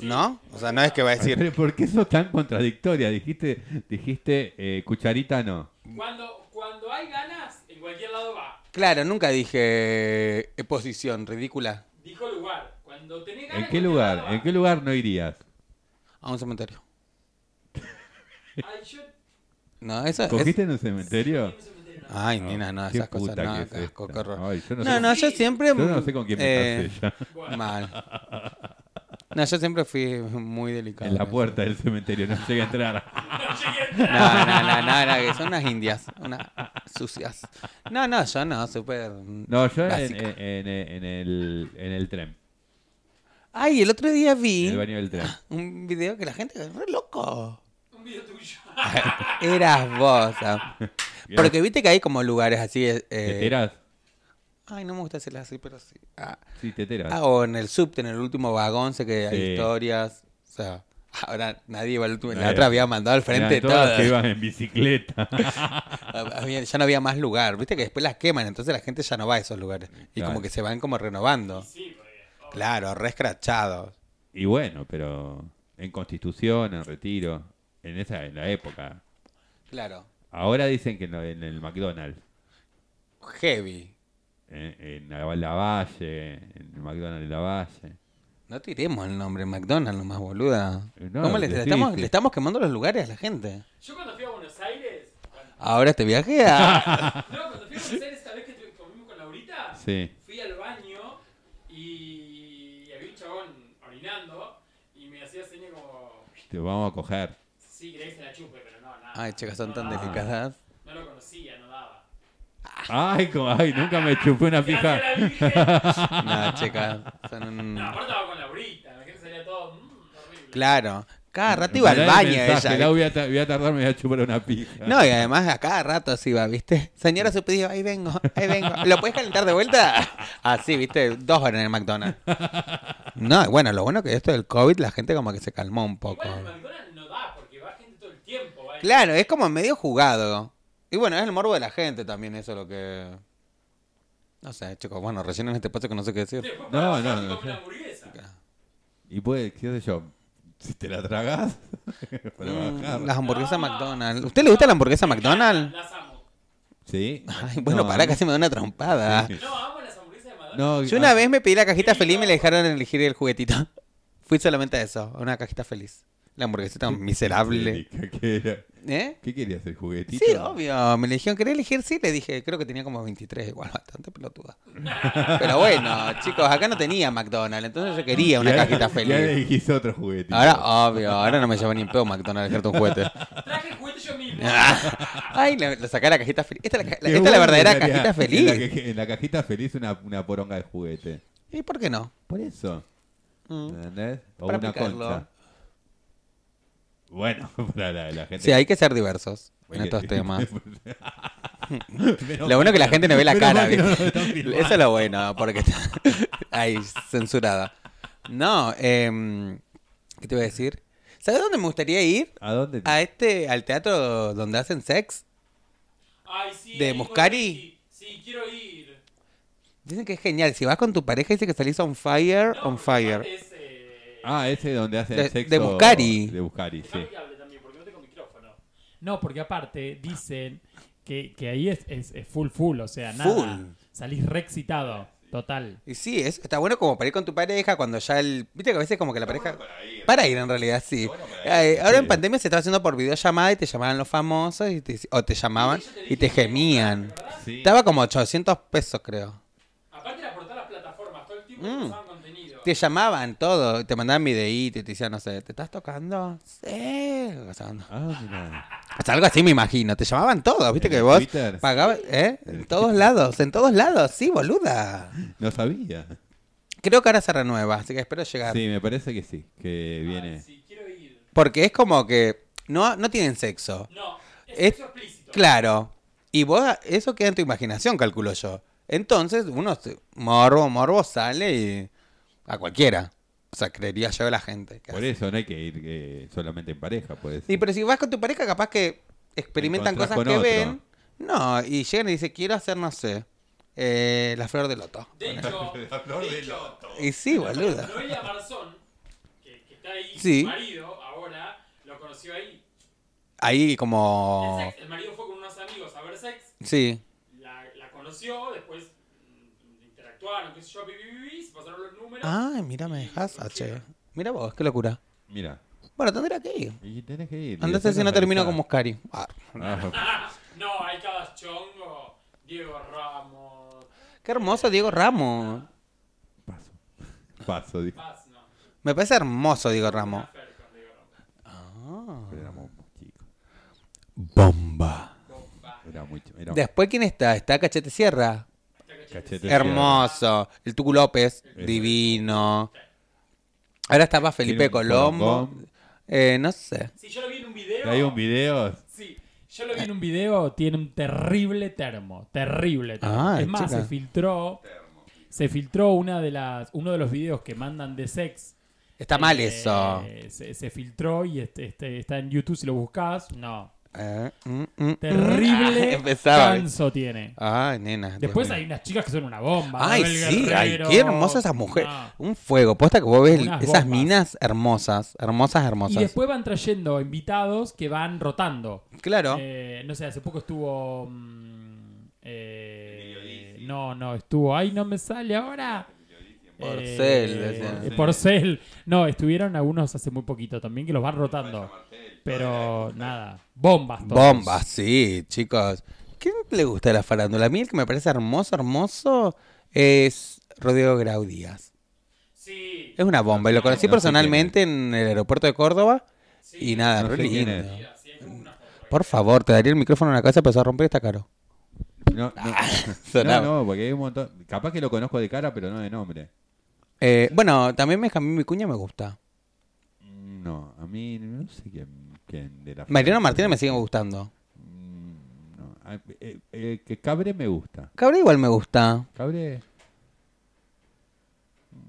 Speaker 2: ¿No? O sea, no es que va a decir...
Speaker 1: Pero, ¿Por qué sos tan contradictoria? Dijiste, dijiste eh, cucharita no.
Speaker 3: Cuando, cuando hay ganas, en cualquier lado va.
Speaker 2: Claro, nunca dije eh, posición ridícula
Speaker 3: Dijo lugar. Cuando tenés ganas.
Speaker 1: ¿En qué
Speaker 3: cualquier lado
Speaker 1: lugar?
Speaker 3: va.
Speaker 1: ¿En qué lugar no irías?
Speaker 2: a un cementerio.
Speaker 3: Ay, yo.
Speaker 2: No, eso es...
Speaker 1: ¿Cogiste en un cementerio?
Speaker 3: no se me entero.
Speaker 2: Ay, nena, no,
Speaker 1: Qué
Speaker 2: esas cosas,
Speaker 1: puta
Speaker 2: no,
Speaker 1: que es
Speaker 2: qué asco,
Speaker 1: esta.
Speaker 2: qué horror.
Speaker 1: Ay, yo no
Speaker 2: no,
Speaker 1: sé
Speaker 2: no,
Speaker 1: con-
Speaker 2: yo siempre...
Speaker 1: Yo no sé con quién me
Speaker 2: eh,
Speaker 1: casé ya.
Speaker 3: Bueno.
Speaker 2: Mal. No, yo siempre fui muy delicado.
Speaker 1: En la
Speaker 2: con eso.
Speaker 1: puerta del cementerio, no llegué a entrar.
Speaker 2: No, no, no, no, no, que son unas indias, unas sucias. No, no, yo no, súper...
Speaker 1: No, yo en,
Speaker 2: básica.
Speaker 1: en- en el, en el tren,
Speaker 2: Ay, el otro día
Speaker 1: en el
Speaker 2: vi
Speaker 1: baño del tren.
Speaker 2: un video que la gente... ¡Re loco!
Speaker 3: Un un video tuyo.
Speaker 2: Eras vos. ah. Porque viste que hay como lugares así. eh,
Speaker 1: ¿Teteras?
Speaker 2: Ay, no me gusta hacerlas así, pero sí. Ah,
Speaker 1: Sí, teteras.
Speaker 2: Ah, o en el subte, en el último vagón, sé que hay
Speaker 1: Sí.
Speaker 2: historias. O sea, ahora nadie iba al último. La
Speaker 1: Nadie.
Speaker 2: otra había mandado al frente de
Speaker 1: Eran todas que
Speaker 2: todas.
Speaker 1: iban en bicicleta.
Speaker 2: Había- ya no había más lugar. Viste que después las queman, entonces la gente ya no va a esos lugares. Y
Speaker 1: Claro.
Speaker 2: como que se van como renovando.
Speaker 3: Sí, porque. oh,
Speaker 2: Claro, re escrachados.
Speaker 1: y bueno, pero en Constitución, en Retiro, en esa en la época.
Speaker 2: Claro.
Speaker 1: Ahora dicen que en lo- en el McDonald's,
Speaker 2: Heavy.
Speaker 1: eh, en la, la Valle, en el McDonald's de la Valle.
Speaker 2: No tiremos el nombre McDonald's, nomás boluda.
Speaker 1: Eh, No,
Speaker 2: ¿Cómo le,
Speaker 1: decís,
Speaker 2: le estamos,
Speaker 1: sí.
Speaker 2: le estamos quemando los lugares a la gente?
Speaker 3: Yo cuando fui a Buenos Aires. cuando-
Speaker 2: Ahora este viaje a...
Speaker 3: No, cuando fui a Buenos Aires, esta vez que tu- comimos con Laurita,
Speaker 1: Sí.
Speaker 3: fui al baño y había un chabón orinando y me hacía señas como.
Speaker 1: Te vamos a coger.
Speaker 3: Sí, quería que se la chupe, pero no, nada.
Speaker 2: Ay, chicas, son
Speaker 3: No
Speaker 2: tan
Speaker 3: daba.
Speaker 2: delicadas.
Speaker 3: No lo conocía, no daba.
Speaker 1: Ay, como- ay, nunca me chupé una
Speaker 3: ¿Qué hace
Speaker 1: pija.
Speaker 3: la virgen?
Speaker 2: No, chicas, son un...
Speaker 3: No, aparte estaba con Laurita, la gente salía todo. mm, horrible.
Speaker 2: Claro. Cada rato iba al baño ella. ¿eh?
Speaker 1: La voy, a ta- voy a tardar, me voy a chupar una pija.
Speaker 2: No, y además a cada rato así va, ¿viste? Señora, su pedido, ahí vengo, ahí vengo. ¿Lo puedes calentar de vuelta? Así, ¿viste? Dos horas en el McDonald's. No, bueno, lo bueno que esto del COVID, la gente como que se calmó un poco.
Speaker 3: Igual el McDonald's no da porque va gente todo el tiempo. ¿vale?
Speaker 2: Claro, es como medio jugado. Y bueno, es el morbo de la gente también, eso lo que... No sé, chicos, bueno, recién en este paso que no sé qué decir.
Speaker 3: Después
Speaker 1: No,
Speaker 3: no,
Speaker 1: no,
Speaker 3: no,
Speaker 1: no,
Speaker 3: una
Speaker 1: sí.
Speaker 3: hamburguesa.
Speaker 1: Y puede, qué sé yo, si te la tragas, para
Speaker 2: Mm,
Speaker 1: bajar.
Speaker 2: las hamburguesas
Speaker 3: No.
Speaker 2: McDonald's. ¿Usted le gusta la hamburguesa McDonald's?
Speaker 3: Las amo.
Speaker 1: Sí.
Speaker 2: Ay, bueno,
Speaker 1: No,
Speaker 2: pará,
Speaker 1: no.
Speaker 2: casi me da una trompada.
Speaker 1: Sí.
Speaker 3: No, amo las hamburguesas de McDonald's.
Speaker 1: No,
Speaker 2: Yo una
Speaker 1: ah,
Speaker 2: vez me pedí la cajita feliz y me le dejaron elegir el juguetito. Fui solamente a eso, a una cajita feliz. La hamburguesita miserable.
Speaker 1: ¿Qué, era?
Speaker 2: ¿Eh?
Speaker 1: ¿Qué querías, el juguetito?
Speaker 2: Sí, obvio. Me le dijeron, ¿querés elegir? Sí, le dije, creo que tenía como 23, igual, bastante pelotuda. Pero bueno, chicos, acá no tenía McDonald's, entonces yo quería una
Speaker 1: Ya-
Speaker 2: cajita
Speaker 1: Ya le
Speaker 2: feliz.
Speaker 1: dijiste otro juguetito.
Speaker 2: Ahora, obvio, ahora no me lleva ni en pedo McDonald's dejarte un juguete.
Speaker 3: Traje el juguete yo mismo.
Speaker 2: Ay, le, le saqué la cajita feliz. Esta es la, ca-
Speaker 1: Qué
Speaker 2: la- esta es la
Speaker 1: bueno,
Speaker 2: verdadera
Speaker 1: en realidad,
Speaker 2: cajita
Speaker 1: En la,
Speaker 2: feliz.
Speaker 1: que- en la cajita feliz una, una poronga de juguete.
Speaker 2: ¿Y por qué no?
Speaker 1: Por eso.
Speaker 2: Mm.
Speaker 1: ¿Entendés? O
Speaker 2: Para
Speaker 1: una
Speaker 2: picarlo.
Speaker 1: concha. Bueno, para la, la gente.
Speaker 2: Sí, hay que ser diversos
Speaker 1: Oye,
Speaker 2: en estos temas.
Speaker 1: Menos
Speaker 2: Lo bueno es que este la gente no ve la
Speaker 1: Menos
Speaker 2: cara,
Speaker 1: mal que no
Speaker 2: ¿viste?
Speaker 1: lo están filmando.
Speaker 2: Eso es lo bueno, porque está ahí censurada. No, em, ¿qué te iba a decir? ¿Sabes dónde me gustaría ir?
Speaker 1: ¿A dónde? te-
Speaker 2: A este, al teatro donde hacen sex.
Speaker 3: Ay, sí.
Speaker 2: ¿De
Speaker 3: ahí con
Speaker 2: Muscari?
Speaker 3: Ricky. Sí, quiero ir.
Speaker 2: Dicen que es genial. Si vas con tu pareja, dice que salís on fire,
Speaker 3: No,
Speaker 2: on
Speaker 3: porque
Speaker 2: fire.
Speaker 3: aparte es, eh,
Speaker 1: Ah, ese donde hacen
Speaker 2: De-
Speaker 1: sexo.
Speaker 2: de Buscari.
Speaker 1: De Buscari, sí.
Speaker 3: Déjame que hable también, porque no tengo micrófono. No, porque aparte dicen que, que ahí es, es- es full full, o sea,
Speaker 2: Full.
Speaker 3: nada. Salís re excitado, total.
Speaker 2: Y sí, es- está bueno como para ir con tu pareja cuando ya el... Viste que a veces como que la pareja... Para ir en realidad, sí. Eh, ahora en pandemia se estaba haciendo por videollamada y te llamaban los famosos y te- o te llamaban y te gemían.
Speaker 1: Sí.
Speaker 2: Estaba como 800 pesos, creo.
Speaker 3: Aparte de aportar las plataformas, todo el tiempo
Speaker 2: Mm.
Speaker 3: que pasaban contenido.
Speaker 2: Te llamaban todo, te mandaban videíto y te decían, no sé, ¿te estás tocando? Sí. O sea, no.
Speaker 1: Ah, mira.
Speaker 2: O sea, algo así me imagino. Te llamaban todos, viste
Speaker 1: ¿En
Speaker 2: que
Speaker 1: el
Speaker 2: vos
Speaker 1: Twitter?
Speaker 2: pagabas, ¿eh? En todos lados, en todos lados, sí, boluda.
Speaker 1: No sabía.
Speaker 2: Creo que ahora se renueva, así que espero llegar.
Speaker 1: Sí, me parece que sí. Que viene.
Speaker 3: Ay, sí, quiero ir.
Speaker 2: Porque es como que no, no tienen sexo.
Speaker 3: No, es,
Speaker 2: Es-
Speaker 3: sexo explícito.
Speaker 2: Claro. Y vos, eso queda en tu imaginación, calculo yo. Entonces, uno se- morbo, morbo sale y a cualquiera. O sea, creería yo a la gente. que
Speaker 1: Por eso no hay que ir eh, solamente en pareja, por eso.
Speaker 2: Sí, pero si vas con tu pareja, capaz que experimentan
Speaker 1: Encontrás
Speaker 2: cosas
Speaker 1: con
Speaker 2: que
Speaker 1: otro.
Speaker 2: ven. No, y llegan y dicen, quiero hacer, no sé, eh, la flor de loto.
Speaker 3: De hecho,
Speaker 1: La flor
Speaker 3: de
Speaker 1: de
Speaker 3: hecho,
Speaker 2: Y sí, boluda.
Speaker 3: Noelia Marzón, que, que está ahí,
Speaker 2: Sí.
Speaker 3: su marido, ahora, lo conoció ahí.
Speaker 2: Ahí
Speaker 3: El,
Speaker 2: como...
Speaker 3: sex- el marido fue con unos amigos a ver sex,
Speaker 2: Sí,
Speaker 3: la, la conoció, después mm, interactuaron, qué sé yo, pipipipi, se pasaron los números.
Speaker 2: Ay, mira, me dejas. Ah, che. Mira vos, qué locura.
Speaker 1: Mira.
Speaker 2: Bueno, tendría que ir.
Speaker 1: Y tenés que ir. y
Speaker 2: Andás
Speaker 1: después
Speaker 2: si no
Speaker 1: analizá.
Speaker 2: termino con Muscari. Ah.
Speaker 1: Ah,
Speaker 3: No, ahí estabas chongo, Diego Ramos,
Speaker 2: Qué hermoso Diego Ramos.
Speaker 1: paso. Paso, dijo.
Speaker 3: Paz, no.
Speaker 2: Me parece hermoso Diego Ramos.
Speaker 3: Fer con Diego Ramos.
Speaker 2: Ah.
Speaker 1: Pero éramos muy chicos.
Speaker 2: Bomba.
Speaker 3: Compa,
Speaker 1: Era muy ch- era-
Speaker 2: Después, ¿quién está? Está Cachete Sierra.
Speaker 3: está
Speaker 1: Cachete.
Speaker 3: cachete.
Speaker 2: Hermoso. El Tucu López, divino. Ahora estaba Felipe
Speaker 1: Tiene un
Speaker 2: Colombo.
Speaker 1: porongón.
Speaker 2: Eh, no sé.
Speaker 3: Si yo lo vi en un video.
Speaker 1: Hay un video.
Speaker 3: Sí, yo lo vi en un video, tiene un terrible termo, terrible termo.
Speaker 2: Ah,
Speaker 3: es más,
Speaker 2: chica.
Speaker 3: se filtró, se filtró una de las, uno de los videos que mandan de sex.
Speaker 2: Está mal
Speaker 3: Eh,
Speaker 2: eso.
Speaker 3: Se, se filtró y este, este- está en YouTube si lo buscas. No.
Speaker 2: Eh, mm, mm, mm. Ah,
Speaker 3: Terrible
Speaker 2: empezaba.
Speaker 3: canso tiene.
Speaker 2: Ay, nena. Dios
Speaker 3: Después
Speaker 2: mío.
Speaker 3: hay unas chicas que son una bomba.
Speaker 2: Ay,
Speaker 3: Abel
Speaker 2: sí, ay,
Speaker 3: Guerrero. Ah.
Speaker 2: qué hermosa esa mujer.
Speaker 3: No.
Speaker 2: Un fuego. Posta que vos ves
Speaker 3: Unas
Speaker 2: esas
Speaker 3: bombas.
Speaker 2: minas hermosas, hermosas,
Speaker 3: Y
Speaker 2: hermosas.
Speaker 3: después van trayendo invitados que van rotando.
Speaker 2: claro.
Speaker 3: Eh, no sé, hace poco estuvo. mm, eh, no, no, estuvo. Ay, no me sale ahora.
Speaker 2: Porcel,
Speaker 3: Eh,
Speaker 2: decían.
Speaker 3: Porcel. No, estuvieron algunos hace muy poquito también que los van rotando. Pero nada, bombas. todos.
Speaker 2: Bombas, sí, chicos. ¿Quién le gusta la farándula? A mí el que me parece hermoso, hermoso es Rodrigo Grau Díaz.
Speaker 3: Sí.
Speaker 2: Es una bomba. Y lo conocí
Speaker 1: No sé
Speaker 2: personalmente en el aeropuerto de Córdoba. Y nada,
Speaker 1: No
Speaker 2: re
Speaker 1: sé quién
Speaker 2: lindo. Por favor, te daría el micrófono en la casa, empezó a romper está caro.
Speaker 1: No, no.
Speaker 2: Ah, Sonaba.
Speaker 1: No, no, porque hay un montón. Capaz que lo conozco de cara, pero no de nombre.
Speaker 2: Eh, bueno, también me cambié mi cuña, me gusta.
Speaker 1: No, a mí no sé quién, quién de la
Speaker 2: Mariano Martínez me sigue gustando.
Speaker 1: Mm, no. Ah, eh, eh, que Cabre me gusta.
Speaker 2: Cabré igual me gusta.
Speaker 1: Cabre.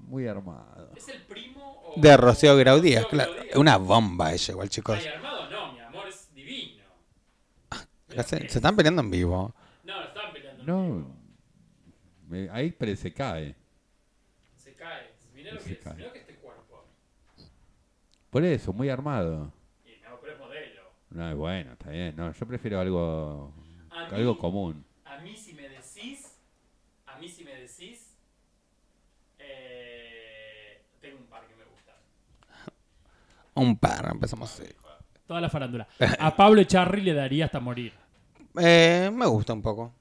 Speaker 1: Muy armado.
Speaker 3: ¿Es el primo o.?
Speaker 2: De Rocío Grau Díaz, claro. Una bomba ella igual, chicos.
Speaker 3: armado no, mi amor, es divino.
Speaker 2: Ya Se, se están peleando en vivo.
Speaker 3: No, lo están peleando.
Speaker 1: No. me- ahí pre- se cae.
Speaker 3: Se cae. Mirá
Speaker 1: lo Se que es, cae. mirá
Speaker 3: que este cuerpo.
Speaker 1: Por eso, muy armado.
Speaker 3: Y no, pero es modelo.
Speaker 1: No, es bueno, está bien. No, yo prefiero algo.
Speaker 3: A mí-
Speaker 1: Algo común.
Speaker 3: A mí si me decís, a mí si me decís, eh, tengo un par que me gusta.
Speaker 2: Un par, empezamos así.
Speaker 3: Toda la farándula. A Pablo Echarri le daría hasta morir.
Speaker 2: Eh, me gusta un poco.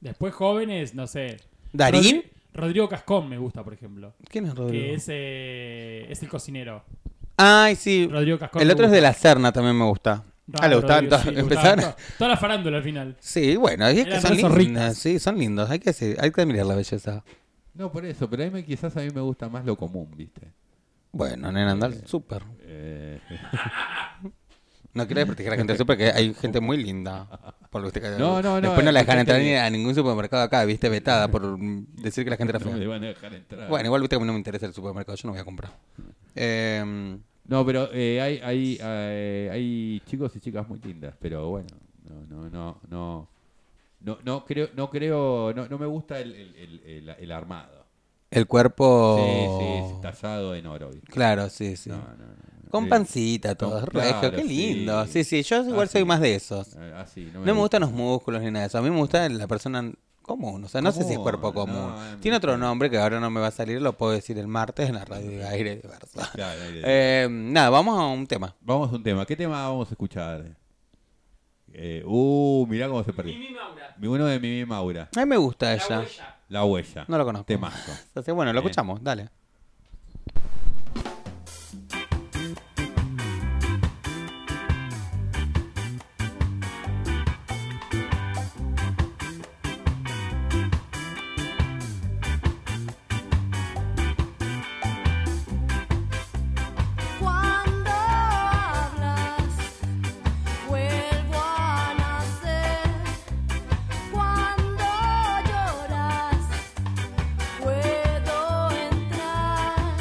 Speaker 3: Después jóvenes, no sé.
Speaker 2: ¿Darín?
Speaker 3: Rodri- Rodrigo Cascón me gusta, por ejemplo.
Speaker 2: ¿Quién es
Speaker 3: Que
Speaker 2: Rodrigo?
Speaker 3: es, eh, es el cocinero.
Speaker 2: Ay, sí.
Speaker 3: Rodrigo Cascón.
Speaker 2: El
Speaker 3: me
Speaker 2: otro es
Speaker 3: gusta.
Speaker 2: de la Serna, también me gusta.
Speaker 3: Ah,
Speaker 2: Ah, le gustaban
Speaker 3: Rodrigo,
Speaker 2: todas.
Speaker 3: sí, le gustaban
Speaker 2: Empezaron.
Speaker 3: todas- Toda la farándula al final.
Speaker 2: Sí, bueno, y es que
Speaker 3: Eran
Speaker 2: son
Speaker 3: rezos
Speaker 2: lindos. Sí, son lindos. Hay que, decir- hay que admirar la belleza.
Speaker 1: No, por eso, pero a mí me- quizás a mí me gusta más lo común, ¿viste?
Speaker 2: Bueno, nena, andar súper.
Speaker 1: Eh,
Speaker 2: No quiero desproteger a gente del súper, que hay gente muy linda. Por lo que te-
Speaker 1: No, no, no,
Speaker 2: Después no la
Speaker 1: hay
Speaker 2: dejan
Speaker 1: gente
Speaker 2: entrar ni
Speaker 1: que-
Speaker 2: a ningún supermercado acá, viste, vetada por mm, decir que la gente era
Speaker 1: no me
Speaker 2: fea.
Speaker 1: van a dejar entrar.
Speaker 2: Bueno, igual viste que a mí no me interesa el supermercado, yo no voy a comprar. Eh,
Speaker 1: No, pero eh, hay, hay, eh, hay chicos y chicas muy lindas, pero bueno, no, no, no, no, no, no creo, no creo, no, no me gusta el, el, el- el- el armado.
Speaker 2: el cuerpo.
Speaker 1: Sí, sí, sí, tallado en oro. ¿viste?
Speaker 2: Claro, sí, Oh. sí.
Speaker 1: No, no, no.
Speaker 2: Con
Speaker 1: Eh,
Speaker 2: pancita, todos
Speaker 1: con-
Speaker 2: regio,
Speaker 1: claro,
Speaker 2: qué
Speaker 1: sí.
Speaker 2: lindo. Sí, sí, yo igual
Speaker 1: Ah,
Speaker 2: soy
Speaker 1: sí.
Speaker 2: más de esos.
Speaker 1: eh, Así, no me,
Speaker 2: No me
Speaker 1: gusta.
Speaker 2: gustan los músculos ni nada de eso. A mí me gusta la persona común. O sea, no sé si es
Speaker 1: Común,
Speaker 2: cuerpo común.
Speaker 1: no, es
Speaker 2: Tiene otro
Speaker 1: mucho.
Speaker 2: nombre que ahora no me va a salir, lo puedo decir el martes en la radio de aire diverso.
Speaker 1: Claro, ahí le-
Speaker 2: Eh, nada, vamos a un tema.
Speaker 1: Vamos a un tema. ¿Qué tema vamos a escuchar? Eh, uh, mirá cómo se perdió.
Speaker 3: Maura,
Speaker 1: Mi- Uno de Mimi Maura.
Speaker 2: A mí me gusta ella.
Speaker 1: La huella.
Speaker 2: No lo conozco.
Speaker 1: Temazo.
Speaker 2: Así, bueno, lo
Speaker 1: Eh.
Speaker 2: escuchamos, dale.
Speaker 4: Cuando hablas, vuelvo a nacer. Cuando lloras, puedo entrar.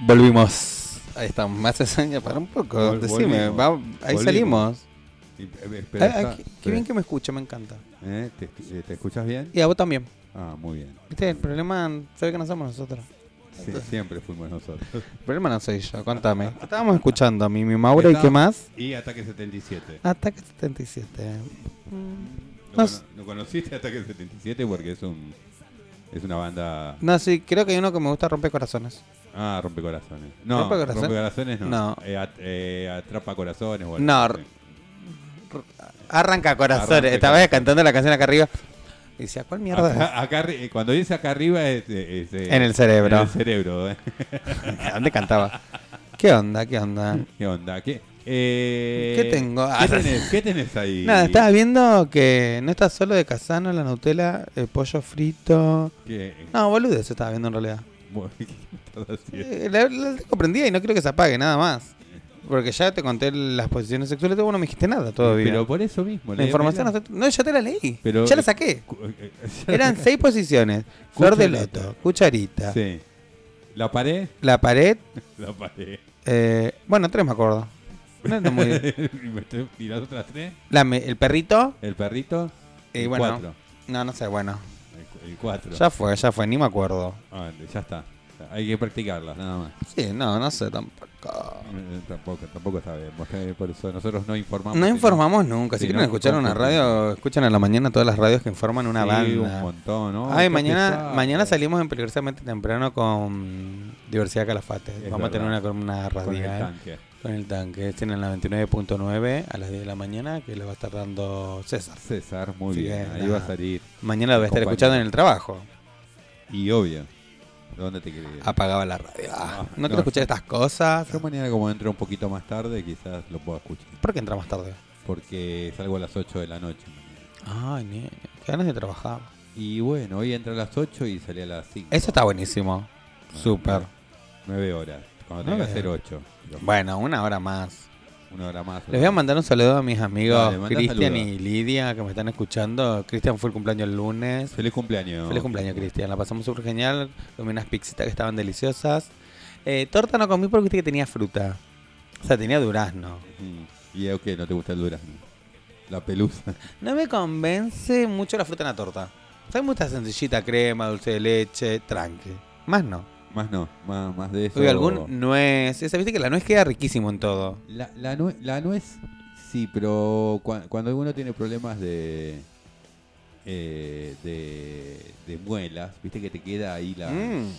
Speaker 2: Volvimos. Ahí está, más hazaña para un poco.
Speaker 1: Vol-
Speaker 2: Decime,
Speaker 1: volvimos.
Speaker 2: va- ahí
Speaker 1: Volvimos.
Speaker 2: salimos.
Speaker 1: Y- eh,
Speaker 2: Ay,
Speaker 1: espera,
Speaker 2: ay,
Speaker 1: está-
Speaker 2: Ah, qué, qué
Speaker 1: espera.
Speaker 2: bien que me escucha, me encanta.
Speaker 1: ¿Eh? ¿Te, te- te escuchas bien?
Speaker 2: Y a vos también.
Speaker 1: Ah, muy bien.
Speaker 2: Viste, el problema se ve que no somos nosotros.
Speaker 1: Sí, siempre fuimos nosotros.
Speaker 2: El problema no soy yo, contame. ¿Qué estábamos escuchando? Mimi Maura y qué
Speaker 1: Está-
Speaker 2: más? Ah,
Speaker 1: Y Ataque 77.
Speaker 2: Ataque 77.
Speaker 1: ¿Lo,
Speaker 2: no sé.
Speaker 1: cono- lo conociste Ataque 77 porque es un es una banda...
Speaker 2: No, sí, creo que hay uno que me gusta romper corazones.
Speaker 1: Ah, Rompecorazones. No,
Speaker 2: ¿Rompecorazón?
Speaker 1: Rompecorazones no.
Speaker 2: No.
Speaker 1: Eh, at- eh, atrapa Corazones. o algo
Speaker 2: No,
Speaker 1: así.
Speaker 2: Arranca corazones.
Speaker 1: Arranca
Speaker 2: Estaba
Speaker 1: corazones.
Speaker 2: cantando la canción acá arriba. Y decía, ¿cuál mierda es?
Speaker 1: Acá, acá arri- eh, cuando dice acá arriba es, eh, es, eh,
Speaker 2: En el cerebro.
Speaker 1: En el cerebro, ¿eh?
Speaker 2: ¿Dónde cantaba? ¿Qué onda? ¿Qué onda?
Speaker 1: ¿Qué onda? ¿Qué, eh,
Speaker 2: ¿Qué tengo? Ah.
Speaker 1: ¿qué tenés, qué tenés ahí?
Speaker 2: Nada, estaba viendo que no está solo de Casano, la Nutella, el pollo frito.
Speaker 1: ¿Qué-
Speaker 2: No, boludo, eso estaba viendo en realidad.
Speaker 1: bueno, ¿qué estás haciendo?
Speaker 2: Eh, La, la tengo prendida y no quiero que se apague, nada más. Porque ya te conté las posiciones sexuales, vos no me dijiste nada todavía.
Speaker 1: Pero por eso mismo.
Speaker 2: la información no, está- no, yo te la leí.
Speaker 1: Pero-
Speaker 2: ya la
Speaker 1: eh,
Speaker 2: saqué. Eran
Speaker 1: Eran
Speaker 2: seis posiciones. Flor de
Speaker 1: Cucharita.
Speaker 2: loto, cucharita,
Speaker 1: Sí. La pared,
Speaker 2: la pared,
Speaker 1: la pared.
Speaker 2: eh, bueno, tres me acuerdo. No era muy-
Speaker 1: y, me estoy- y las otras tres,
Speaker 2: la me- el perrito,
Speaker 1: el perrito,
Speaker 2: y
Speaker 1: el
Speaker 2: bueno.
Speaker 1: cuatro.
Speaker 2: No, no sé, bueno.
Speaker 1: El, cu- el cuatro.
Speaker 2: Ya fue, ya fue, ni me acuerdo.
Speaker 1: Ah, ya está. Hay que practicarlas, nada más.
Speaker 2: Sí, no, no sé tampoco.
Speaker 1: Eh, Tampoco, tampoco sabemos. eh, Por eso nosotros no informamos.
Speaker 2: No
Speaker 1: sino-
Speaker 2: informamos nunca. Si
Speaker 1: Sí,
Speaker 2: quieren
Speaker 1: no,
Speaker 2: escuchar una
Speaker 1: confunden.
Speaker 2: radio, escuchan a la mañana todas las radios que informan una
Speaker 1: Sí, un
Speaker 2: banda.
Speaker 1: montón, ¿no?
Speaker 2: Ay,
Speaker 1: Qué
Speaker 2: mañana,
Speaker 1: pesado.
Speaker 2: mañana salimos en peligrosamente temprano con Diversidad Calafate.
Speaker 1: Es
Speaker 2: Vamos a tener una
Speaker 1: verdad.
Speaker 2: columna
Speaker 1: Con el
Speaker 2: radial
Speaker 1: tanque.
Speaker 2: con el tanque. Este en el 99.9 a las 10 de la mañana que lo va a estar dando César.
Speaker 1: César, muy
Speaker 2: Sí,
Speaker 1: bien.
Speaker 2: es
Speaker 1: Ahí
Speaker 2: la-
Speaker 1: va a salir.
Speaker 2: Mañana lo voy a estar
Speaker 1: Acompañado.
Speaker 2: escuchando en el trabajo.
Speaker 1: Y obvio. ¿Dónde te querés? ir?
Speaker 2: Apagaba la radio. Ah, no,
Speaker 1: no,
Speaker 2: quiero escuchar
Speaker 1: yo-
Speaker 2: estas cosas.
Speaker 1: Yo mañana, como entro un poquito más tarde, quizás lo pueda escuchar.
Speaker 2: ¿Por qué entra más tarde?
Speaker 1: Porque salgo a las 8 de la noche. mañana.
Speaker 2: Ay, nene, qué ganas de trabajar.
Speaker 1: Y bueno, hoy entré a las 8 y salí a las 5.
Speaker 2: Eso está buenísimo. Súper.
Speaker 1: 9 horas. Cuando tenga que
Speaker 2: Nueve.
Speaker 1: hacer 8.
Speaker 2: Bueno, una hora más.
Speaker 1: Una hora más.
Speaker 2: Les voy a mandar un saludo a mis amigos
Speaker 1: Dale, mandá
Speaker 2: Cristian
Speaker 1: saludos.
Speaker 2: y Lidia que me están escuchando. Cristian fue el cumpleaños el lunes.
Speaker 1: Feliz cumpleaños.
Speaker 2: Feliz cumpleaños, Cristian. La pasamos súper genial. Comí unas pixitas que estaban deliciosas. Eh, torta no comí porque viste que tenía fruta. O sea, tenía durazno.
Speaker 1: Mm. Y es que no te gusta el durazno. La pelusa.
Speaker 2: No me convence mucho la fruta en la torta. O sea, me gusta sencillita, crema, dulce de leche, tranqui. Más no.
Speaker 1: Más no, más, más de eso.
Speaker 2: Oye, algún nuez. Esa, viste que la nuez queda riquísimo en todo.
Speaker 1: La, la, nue- la nuez, sí, pero cua- cuando uno tiene problemas de, eh, de de muelas, viste que te queda ahí la...
Speaker 2: Mm.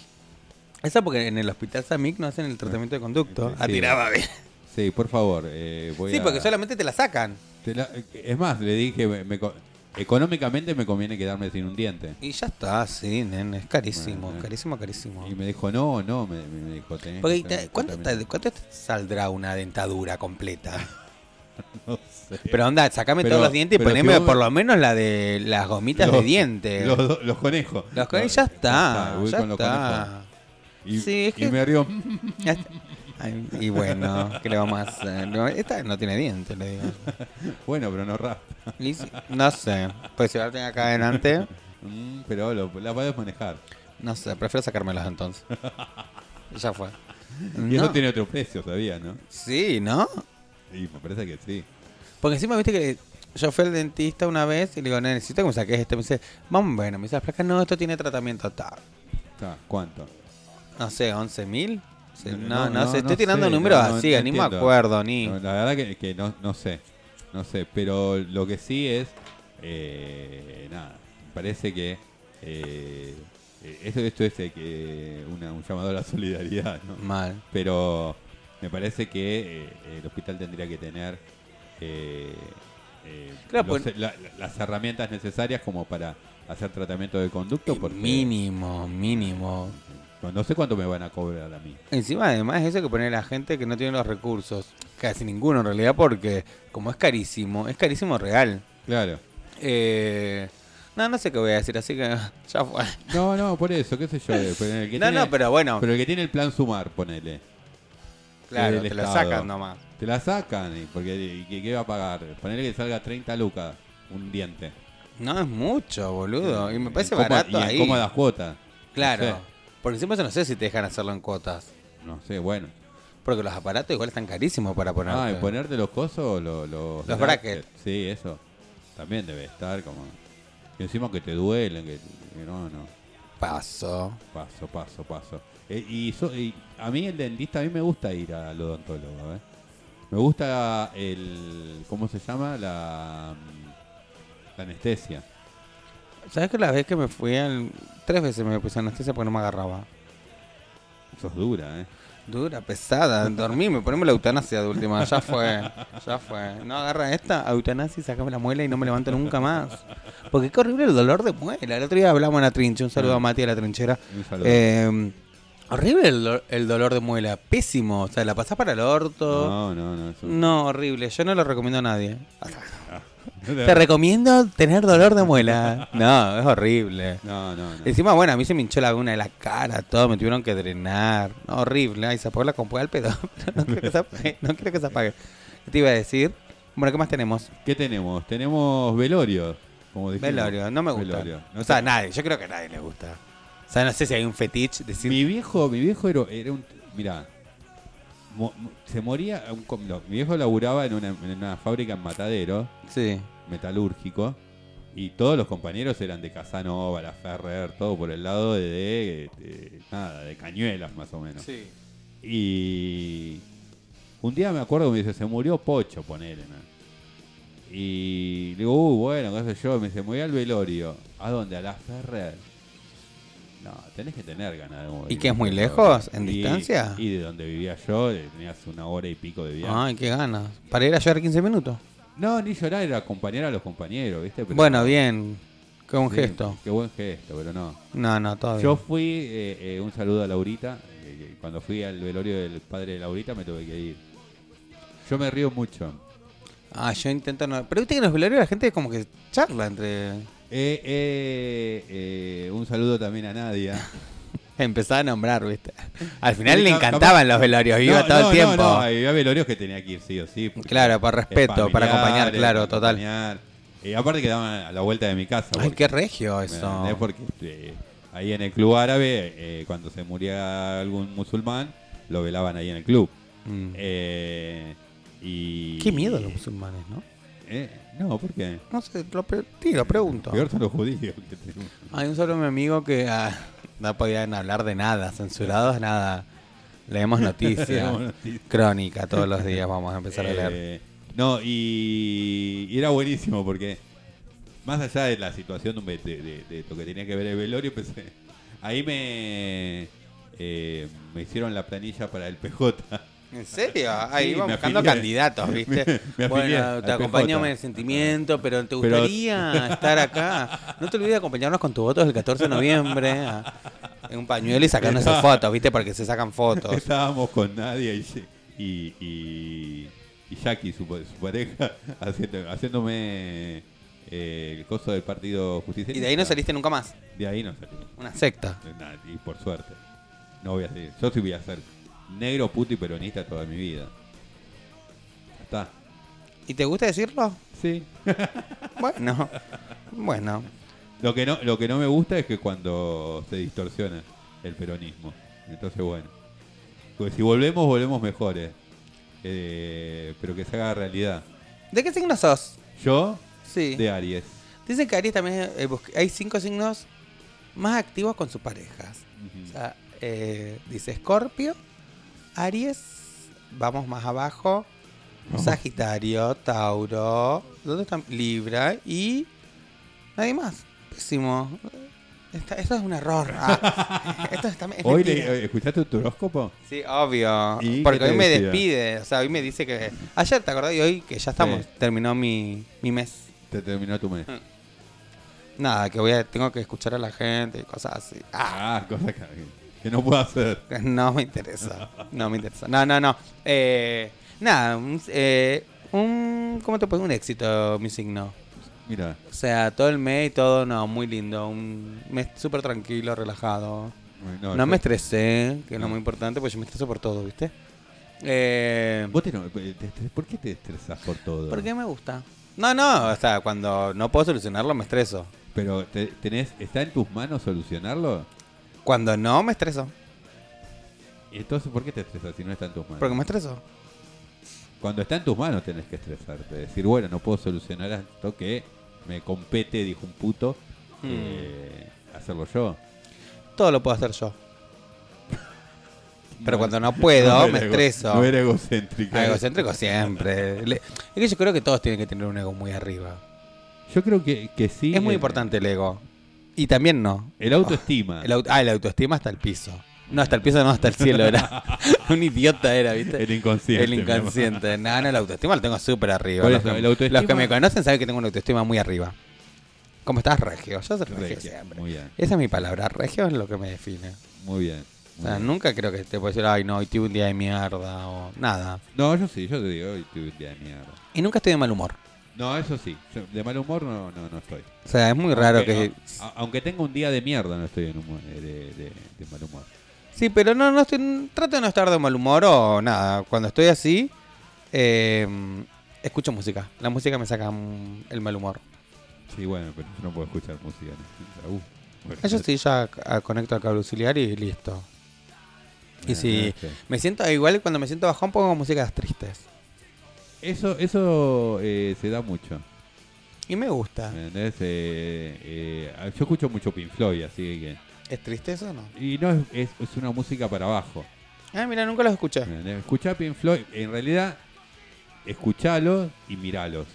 Speaker 2: Esa porque en el hospital Samic no hacen el tratamiento de conducto.
Speaker 1: Sí.
Speaker 2: Ah, tiraba bien.
Speaker 1: Sí, por favor, eh, voy
Speaker 2: Sí,
Speaker 1: a-
Speaker 2: porque solamente te la sacan.
Speaker 1: te la- eh, es más, le dije, me- me co- económicamente me conviene quedarme sin un diente.
Speaker 2: Y ya está, sí, nene, es carísimo,
Speaker 1: Bueno, eh.
Speaker 2: carísimo, carísimo.
Speaker 1: Y me dijo, no, no, me, me dijo, tenés que
Speaker 2: Porque,
Speaker 1: hacer
Speaker 2: te-
Speaker 1: un
Speaker 2: ¿cuánto, te-
Speaker 1: tratamiento".
Speaker 2: cuánto te saldrá una dentadura completa?
Speaker 1: No sé.
Speaker 2: Pero onda, sacame
Speaker 1: Pero-
Speaker 2: todos los dientes y
Speaker 1: pero
Speaker 2: poneme
Speaker 1: que vos-
Speaker 2: por lo menos la de las gomitas de
Speaker 1: Los-
Speaker 2: dientes.
Speaker 1: Los, do- los conejos.
Speaker 2: los con-
Speaker 1: No,
Speaker 2: ya está,
Speaker 1: voy
Speaker 2: ya
Speaker 1: con los
Speaker 2: está.
Speaker 1: conejos. Y,
Speaker 2: Sí, es
Speaker 1: y
Speaker 2: que-
Speaker 1: me "Mm, río.
Speaker 2: Ya está. Ay, y bueno, ¿qué le vamos a hacer? No, Esta no tiene dientes, le digo.
Speaker 1: Bueno, pero no raspa.
Speaker 2: Y si- No sé, pues si ahora tengo acá adelante,
Speaker 1: Mm, pero lo- la podés manejar.
Speaker 2: no sé, prefiero sacármelos entonces. Ya fue.
Speaker 1: Y eso
Speaker 2: No.
Speaker 1: tiene otro precio, sabía, ¿no?
Speaker 2: Sí, ¿no?
Speaker 1: Y me parece que sí.
Speaker 2: Porque encima viste que yo fui al dentista una vez y le digo, "Nene, necesito que me saques esto. Me dice, vamos, bueno, me dice la placa, no, esto tiene tratamiento tal.
Speaker 1: Ta, ¿Cuánto?
Speaker 2: No sé, 11 mil. No,
Speaker 1: No,
Speaker 2: no,
Speaker 1: no,
Speaker 2: sé, estoy
Speaker 1: no
Speaker 2: tirando
Speaker 1: sé,
Speaker 2: números
Speaker 1: no, no,
Speaker 2: así,
Speaker 1: no
Speaker 2: ni me
Speaker 1: entiendo.
Speaker 2: acuerdo, ni.
Speaker 1: No, la verdad que, que no, no sé. No sé, pero lo que sí es. eh, nada, me parece que. eh, eh, esto, esto es eh, que una- un llamado a la solidaridad, ¿no?
Speaker 2: Mal.
Speaker 1: pero me parece que eh, el hospital tendría que tener eh, eh,
Speaker 2: Claro,
Speaker 1: los-
Speaker 2: pues-
Speaker 1: la- la- las herramientas necesarias como para hacer tratamiento de conducto porque
Speaker 2: Mínimo, mínimo.
Speaker 1: no, no sé cuánto me van a cobrar a mí.
Speaker 2: Encima, además, eso que pone la gente que no tiene los recursos. Casi ninguno, en realidad, porque como es carísimo, es carísimo real.
Speaker 1: Claro.
Speaker 2: Eh, no, no sé qué voy a decir, así que ya fue.
Speaker 1: No, no, por eso, qué sé yo. eh, pero el que
Speaker 2: No,
Speaker 1: tiene-
Speaker 2: no, pero bueno,
Speaker 1: pero el que tiene el plan sumar, ponele.
Speaker 2: claro,
Speaker 1: del
Speaker 2: te lo
Speaker 1: Estado.
Speaker 2: sacan nomás.
Speaker 1: Te la sacan, y porque y ¿qué, qué va a pagar? Ponele que salga 30 lucas, un diente.
Speaker 2: No es mucho, boludo. Y me
Speaker 1: En
Speaker 2: parece
Speaker 1: cómoda-
Speaker 2: barato
Speaker 1: y en
Speaker 2: ahí.
Speaker 1: cómodas cuotas. No
Speaker 2: Claro.
Speaker 1: sé.
Speaker 2: Por encima eso no sé si te dejan hacerlo en cuotas.
Speaker 1: No sé, bueno.
Speaker 2: Porque los aparatos igual están carísimos para poner.
Speaker 1: Ah, y ponerte los cosos, los, los,
Speaker 2: Los brackets.
Speaker 1: Sí, eso. También debe estar como. Y encima que te duelen, que, que no, no.
Speaker 2: Paso.
Speaker 1: Paso, paso, paso. Eh, y, so- y a mí el dentista, a mí me gusta ir al odontólogo, ¿eh? Me gusta el. ¿Cómo se llama? La. mm, La anestesia.
Speaker 2: ¿Sabes que la vez que me fui al. Tres veces me puse anestesia porque no me agarraba.
Speaker 1: Eso es dura, ¿eh?
Speaker 2: Dura, pesada, dormí, me ponemos la eutanasia de última, ya fue, ya fue. No agarra esta, eutanasia, sacame la muela y no me levanto nunca más. Porque qué horrible el dolor de muela. El otro día hablamos en la trinche, un saludo a Mati de la trinchera.
Speaker 1: Mm. Un saludo.
Speaker 2: Eh, horrible el, do- el dolor de muela, pésimo, o sea, la pasás para el orto.
Speaker 1: No, no, no. Ah. eso-
Speaker 2: No, horrible, yo no lo recomiendo a nadie. Te
Speaker 1: No,
Speaker 2: recomiendo tener dolor de muela. No, es horrible.
Speaker 1: no, no.
Speaker 2: Encima, bueno, a mí se me hinchó la una de la cara, todo, me tuvieron que drenar. No, horrible, ahí se apagó la compu al pedo. pero No quiero que se apague. No quiero que se apague. ¿Qué te iba a decir? Bueno, ¿qué más tenemos?
Speaker 1: ¿Qué tenemos? Tenemos velorio. Como dijimos.
Speaker 2: Velorio, no me gusta.
Speaker 1: Velorio. No
Speaker 2: o sea,
Speaker 1: sé.
Speaker 2: nadie, yo creo que a nadie le gusta. O sea, no sé si hay un fetiche, decir,
Speaker 1: Mi viejo, mi viejo era, era un. Mirá. mo- mo- se moría. Un, com- no, mi viejo laburaba en una, en una fábrica en Matadero,
Speaker 2: sí,
Speaker 1: metalúrgico. Y todos los compañeros eran de Casanova, La Ferrer, todo por el lado de. de- de- nada, de cañuelas más o menos.
Speaker 2: sí.
Speaker 1: Y un día me acuerdo que me dice, se murió Pocho, ponele. ¿no? Y le digo, uh, bueno, qué sé yo, me dice, me voy al velorio. ¿A dónde? A la Ferrer. No, tenés que tener ganas de morir.
Speaker 2: ¿Y que es muy
Speaker 1: Pero-
Speaker 2: lejos? ¿En
Speaker 1: y-
Speaker 2: distancia?
Speaker 1: Y de donde vivía yo, eh, tenías una hora y pico de viaje.
Speaker 2: Ay, qué ganas. Para ir a llorar 15 minutos.
Speaker 1: No, ni llorar, era acompañar a los compañeros, ¿viste? Pero-
Speaker 2: bueno, bien. Qué buen
Speaker 1: Sí,
Speaker 2: gesto.
Speaker 1: Qué buen gesto, pero no.
Speaker 2: No, no, todo
Speaker 1: Yo
Speaker 2: bien.
Speaker 1: fui, eh, eh, un saludo a Laurita, eh, que cuando fui al velorio del padre de Laurita me tuve que ir. Yo me río mucho.
Speaker 2: Ah, yo intento no. Pero viste que en los velorios la gente como que charla entre.
Speaker 1: Eh, eh, eh, un saludo también a Nadia.
Speaker 2: Empezaba a nombrar, ¿viste? Al final
Speaker 1: Sí,
Speaker 2: le
Speaker 1: ca-
Speaker 2: encantaban
Speaker 1: capaz-
Speaker 2: los velorios, iba
Speaker 1: No,
Speaker 2: todo
Speaker 1: no,
Speaker 2: el tiempo.
Speaker 1: No, no, había velorios que tenía que ir sí o sí. porque
Speaker 2: Claro, por
Speaker 1: es
Speaker 2: respeto, para acompañar,
Speaker 1: es
Speaker 2: claro,
Speaker 1: para
Speaker 2: total.
Speaker 1: acompañar. Eh, aparte quedaban a la vuelta de mi casa.
Speaker 2: Ay,
Speaker 1: porque-
Speaker 2: qué regio
Speaker 1: ¿me
Speaker 2: eso.
Speaker 1: entendés? Porque eh, ahí en el club árabe, eh, cuando se moría algún musulmán, lo velaban ahí en el club.
Speaker 2: Mm.
Speaker 1: Eh, y,
Speaker 2: Qué miedo a los musulmanes, ¿no?
Speaker 1: Eh, no, ¿por qué?
Speaker 2: No sé, lo, pre- sí, lo pregunto.
Speaker 1: Peor son los judíos. que tenemos.
Speaker 2: Hay un solo mi amigo que ah, no podían hablar de nada, censurados nada.
Speaker 1: Leemos
Speaker 2: Leemos noticias,
Speaker 1: noticias.
Speaker 2: crónica todos los días, vamos a empezar a leer.
Speaker 1: Eh, no, y, y era buenísimo porque más allá de la situación de, un ve- de- de- de lo que tenía que ver el velorio, pensé, ahí me, eh, me hicieron la planilla para el PJ.
Speaker 2: ¿En serio?
Speaker 1: Sí,
Speaker 2: Ahí iba
Speaker 1: me
Speaker 2: buscando
Speaker 1: afilié.
Speaker 2: candidatos, ¿viste?
Speaker 1: Me- me afilié
Speaker 2: bueno,
Speaker 1: al
Speaker 2: te
Speaker 1: PJ.
Speaker 2: acompañamos en el sentimiento, pero ¿te
Speaker 1: Pero-
Speaker 2: gustaría estar acá? No te olvides de acompañarnos con tu voto el 14 de noviembre. ah, En un pañuelo y sacándose fotos, ¿viste? Porque se sacan fotos.
Speaker 1: Estábamos con Nadia y, y, y, y Jackie, su, su pareja, haciendo- haciéndome eh, el coso del partido justicialista.
Speaker 2: Y de ahí no saliste nunca más.
Speaker 1: De ahí no salí.
Speaker 2: Una secta.
Speaker 1: Nah, Y por suerte. No voy a seguir. Yo sí voy a ser negro, puto y peronista toda mi vida. Ya está.
Speaker 2: ¿Y te gusta decirlo?
Speaker 1: Sí.
Speaker 2: Bueno. Bueno.
Speaker 1: Lo que no, lo que no me gusta es que cuando se distorsiona el peronismo. Entonces bueno. Pues si volvemos, volvemos mejores. Eh, pero que se haga realidad.
Speaker 2: ¿De qué signo sos?
Speaker 1: Yo,
Speaker 2: Sí.
Speaker 1: de Aries.
Speaker 2: Dicen que Aries también eh, busca- hay cinco signos más activos con sus parejas. O
Speaker 1: Ujú.
Speaker 2: sea, eh, dice Escorpio, Aries, vamos más abajo, Sagitario, Tauro, ¿dónde están? Libra y nadie más. Pésimo. Esta- esto es un error. Ah, esto está, es
Speaker 1: Hoy
Speaker 2: mentira.
Speaker 1: le- eh, ¿Escuchaste tu horóscopo?
Speaker 2: Sí, obvio.
Speaker 1: ¿Y
Speaker 2: Porque
Speaker 1: qué te
Speaker 2: hoy me
Speaker 1: decía?
Speaker 2: despide. O sea, hoy me dice que. Ayer te acordás y hoy que ya estamos.
Speaker 1: Sí.
Speaker 2: Terminó mi, mi mes.
Speaker 1: Te terminó tu mes.
Speaker 2: Mm. Nada, que voy a, tengo que escuchar a la gente y cosas así. Ah,
Speaker 1: Ah, cosa que, que no puedo hacer.
Speaker 2: no me interesa. No me interesa. No, no, no. Eh, nada, un, eh, un. ¿Cómo te pongo? Un éxito, mi signo.
Speaker 1: Mira.
Speaker 2: O sea, todo el mes y todo, no, muy lindo. Un mes súper tranquilo, relajado. No,
Speaker 1: yo-
Speaker 2: me estresé, que es lo
Speaker 1: No.
Speaker 2: muy importante, porque yo me estreso por todo, ¿viste? Eh,
Speaker 1: ¿Vos te no- te- te- ¿Por qué te estresás por todo?
Speaker 2: Porque me gusta. No, no, o sea, cuando no puedo solucionarlo me estreso.
Speaker 1: Pero te- tenés, ¿está en tus manos solucionarlo?
Speaker 2: Cuando no, me estreso.
Speaker 1: Entonces, ¿por qué te estresas si no está en tus manos?
Speaker 2: Porque me estreso.
Speaker 1: Cuando está en tus manos tenés que estresarte. Decir, bueno, no puedo solucionar esto que me compete, dijo un puto,
Speaker 2: Hmm.
Speaker 1: eh, hacerlo yo.
Speaker 2: Todo lo puedo hacer yo. Pero cuando no puedo,
Speaker 1: era
Speaker 2: me
Speaker 1: ego-
Speaker 2: estreso. Ah,
Speaker 1: No era egocéntrica.
Speaker 2: Egocéntrico siempre. Le- Es que yo creo que todos tienen que tener un ego muy arriba.
Speaker 1: Yo creo que, que sí.
Speaker 2: es muy
Speaker 1: eh,
Speaker 2: importante el ego. Y también no.
Speaker 1: El autoestima.
Speaker 2: El au- ah, la autoestima hasta el piso. No, hasta el piso no, hasta el cielo era. un idiota era, ¿viste?
Speaker 1: El inconsciente,
Speaker 2: El
Speaker 1: mi amor.
Speaker 2: inconsciente. No, no, la autoestima la tengo súper arriba.
Speaker 1: Por
Speaker 2: Los
Speaker 1: eso,
Speaker 2: que,
Speaker 1: el autoestima-
Speaker 2: los que me conocen saben que tengo una autoestima muy arriba. ¿Cómo estás, Regio? Yo soy Regio,
Speaker 1: Regio,
Speaker 2: siempre.
Speaker 1: muy bien.
Speaker 2: Esa es mi palabra. Regio es lo que me define.
Speaker 1: Muy bien. muy
Speaker 2: O sea,
Speaker 1: bien.
Speaker 2: nunca creo que te pueda decir, ay, no, hoy tuve un día de mierda o nada.
Speaker 1: No, yo sí, yo te digo, hoy tuve un día de mierda.
Speaker 2: Y nunca estoy de mal humor.
Speaker 1: No, eso sí. yo de mal humor no, no, no estoy.
Speaker 2: O sea, es muy raro
Speaker 1: Aunque-
Speaker 2: que...
Speaker 1: a- aunque tenga un día de mierda, no estoy en humor, eh, de, de- de mal humor.
Speaker 2: Sí, pero no, no estoy, trato de no estar de mal humor o nada. Cuando estoy así, eh, escucho música. La música me saca mm, el mal humor.
Speaker 1: Sí, bueno, pero yo no puedo escuchar música. ¿no? Uh, bueno.
Speaker 2: Eso sí, ya ah, conecto al cable auxiliar y listo. Y
Speaker 1: Ah,
Speaker 2: si
Speaker 1: sí.
Speaker 2: me siento igual cuando me siento bajón pongo músicas tristes.
Speaker 1: Eso, eso eh, se da mucho.
Speaker 2: Y me gusta.
Speaker 1: ¿me entendés? Eh, eh, yo escucho mucho Pink Floyd, así que...
Speaker 2: ¿Es triste eso o no?
Speaker 1: Y no es, es- es una música para abajo.
Speaker 2: Ah, mira, nunca los escuché.
Speaker 1: ¿me entendés? Escuchá Pink Floyd, en realidad, escuchalos y miralos,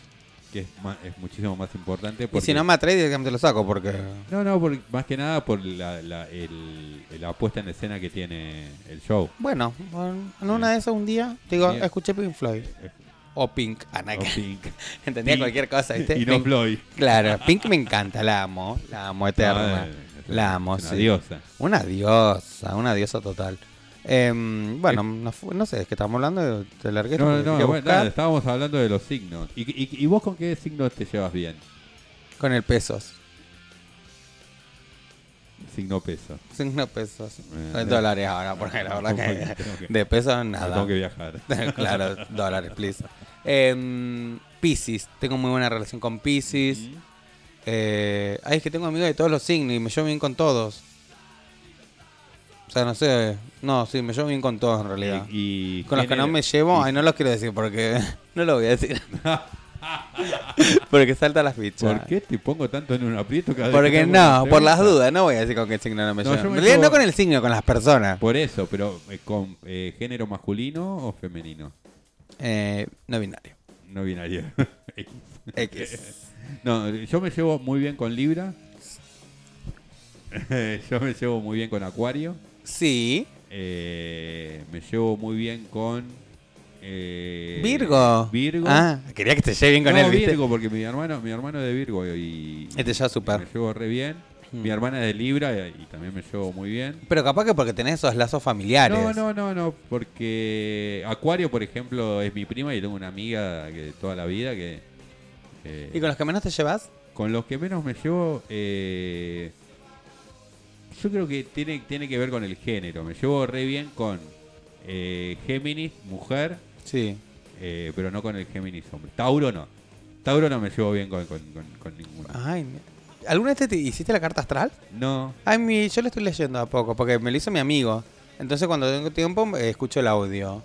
Speaker 1: que es, ma- es muchísimo más importante.
Speaker 2: Y
Speaker 1: Porque,
Speaker 2: si no me atrae directamente lo saco porque...
Speaker 1: No, no, por- más que nada por la, la- el- la puesta en escena que tiene el show.
Speaker 2: Bueno, bueno, en una de esas un día digo,
Speaker 1: Bien.
Speaker 2: escuché Pink Floyd.
Speaker 1: Eh,
Speaker 2: O Pink, ah, nada
Speaker 1: o
Speaker 2: que-
Speaker 1: Pink.
Speaker 2: Entendía
Speaker 1: Pink
Speaker 2: cualquier cosa, ¿viste?
Speaker 1: Y no
Speaker 2: Pink-
Speaker 1: Floyd.
Speaker 2: Claro, Pink me encanta, la amo, la amo eterna.
Speaker 1: No, eh,
Speaker 2: la amo,
Speaker 1: es una
Speaker 2: sí.
Speaker 1: diosa.
Speaker 2: Una diosa, una diosa total. Em, bueno, no, fu- no sé, es que estamos hablando, te largué.
Speaker 1: Eh. No,
Speaker 2: porque
Speaker 1: no,
Speaker 2: quería
Speaker 1: no, bueno,
Speaker 2: buscar.
Speaker 1: nada, estábamos hablando de los signos. ¿Y, y, y vos con qué signos te llevas bien?
Speaker 2: Con el pesos,
Speaker 1: Signo peso.
Speaker 2: signo pesos.
Speaker 1: Eh,
Speaker 2: En
Speaker 1: eh.
Speaker 2: dólares ahora, porque la verdad
Speaker 1: Tengo que-
Speaker 2: que de pesos nada.
Speaker 1: Tengo que viajar.
Speaker 2: claro, dólares, please. Em, Piscis, tengo muy buena relación con Piscis. Eh, ay, es que tengo amigos de todos los signos y me llevo bien con todos. O sea, no sé. No, sí, me llevo bien con todos en realidad.
Speaker 1: Y, y
Speaker 2: con los que
Speaker 1: género-
Speaker 2: no me llevo,
Speaker 1: y-
Speaker 2: ay, no los quiero decir porque no lo voy a decir. porque salta las fichas.
Speaker 1: ¿Por qué te pongo tanto en un aprieto cada vez que
Speaker 2: Porque
Speaker 1: tengo una
Speaker 2: no, por las
Speaker 1: entrevista?
Speaker 2: dudas, no voy a decir con qué signo no me
Speaker 1: No,
Speaker 2: llevo.
Speaker 1: yo
Speaker 2: En
Speaker 1: me
Speaker 2: realidad
Speaker 1: llevo-
Speaker 2: no con el signo, con las personas.
Speaker 1: Por eso, pero eh, con eh, género masculino o femenino.
Speaker 2: Eh, no binario.
Speaker 1: No binario. X.
Speaker 2: X.
Speaker 1: no, yo me llevo muy bien con Libra. yo me llevo muy bien con Acuario.
Speaker 2: Sí.
Speaker 1: Eh, me llevo muy bien con. eh,
Speaker 2: Virgo.
Speaker 1: Virgo.
Speaker 2: Ah, quería que te lleve bien con
Speaker 1: No,
Speaker 2: él, ¿viste? Este
Speaker 1: Virgo, porque mi hermano, mi hermano es de Virgo y.
Speaker 2: Y te lleva súper.
Speaker 1: Me llevo re bien.
Speaker 2: Mm.
Speaker 1: Mi hermana es de Libra y, y también me llevo muy bien.
Speaker 2: Pero capaz que porque tenés esos lazos familiares.
Speaker 1: No, no, no, no, porque Acuario, por ejemplo, es mi prima y tengo una amiga que de toda la vida que. eh,
Speaker 2: ¿Y con los que menos te llevas?
Speaker 1: con los que menos me llevo, eh, yo creo que tiene, tiene que ver con el género. Me llevo re bien con eh, Géminis, mujer,
Speaker 2: Sí.
Speaker 1: eh, pero no con el Géminis hombre. Tauro no. Tauro no me llevo bien con, con, con, con ninguno.
Speaker 2: Ay, mi- ¿alguna vez te, te hiciste la carta astral?
Speaker 1: No.
Speaker 2: Ay, mi, yo la estoy leyendo a poco, porque me lo hizo mi amigo. Entonces cuando tengo tiempo eh, escucho el audio.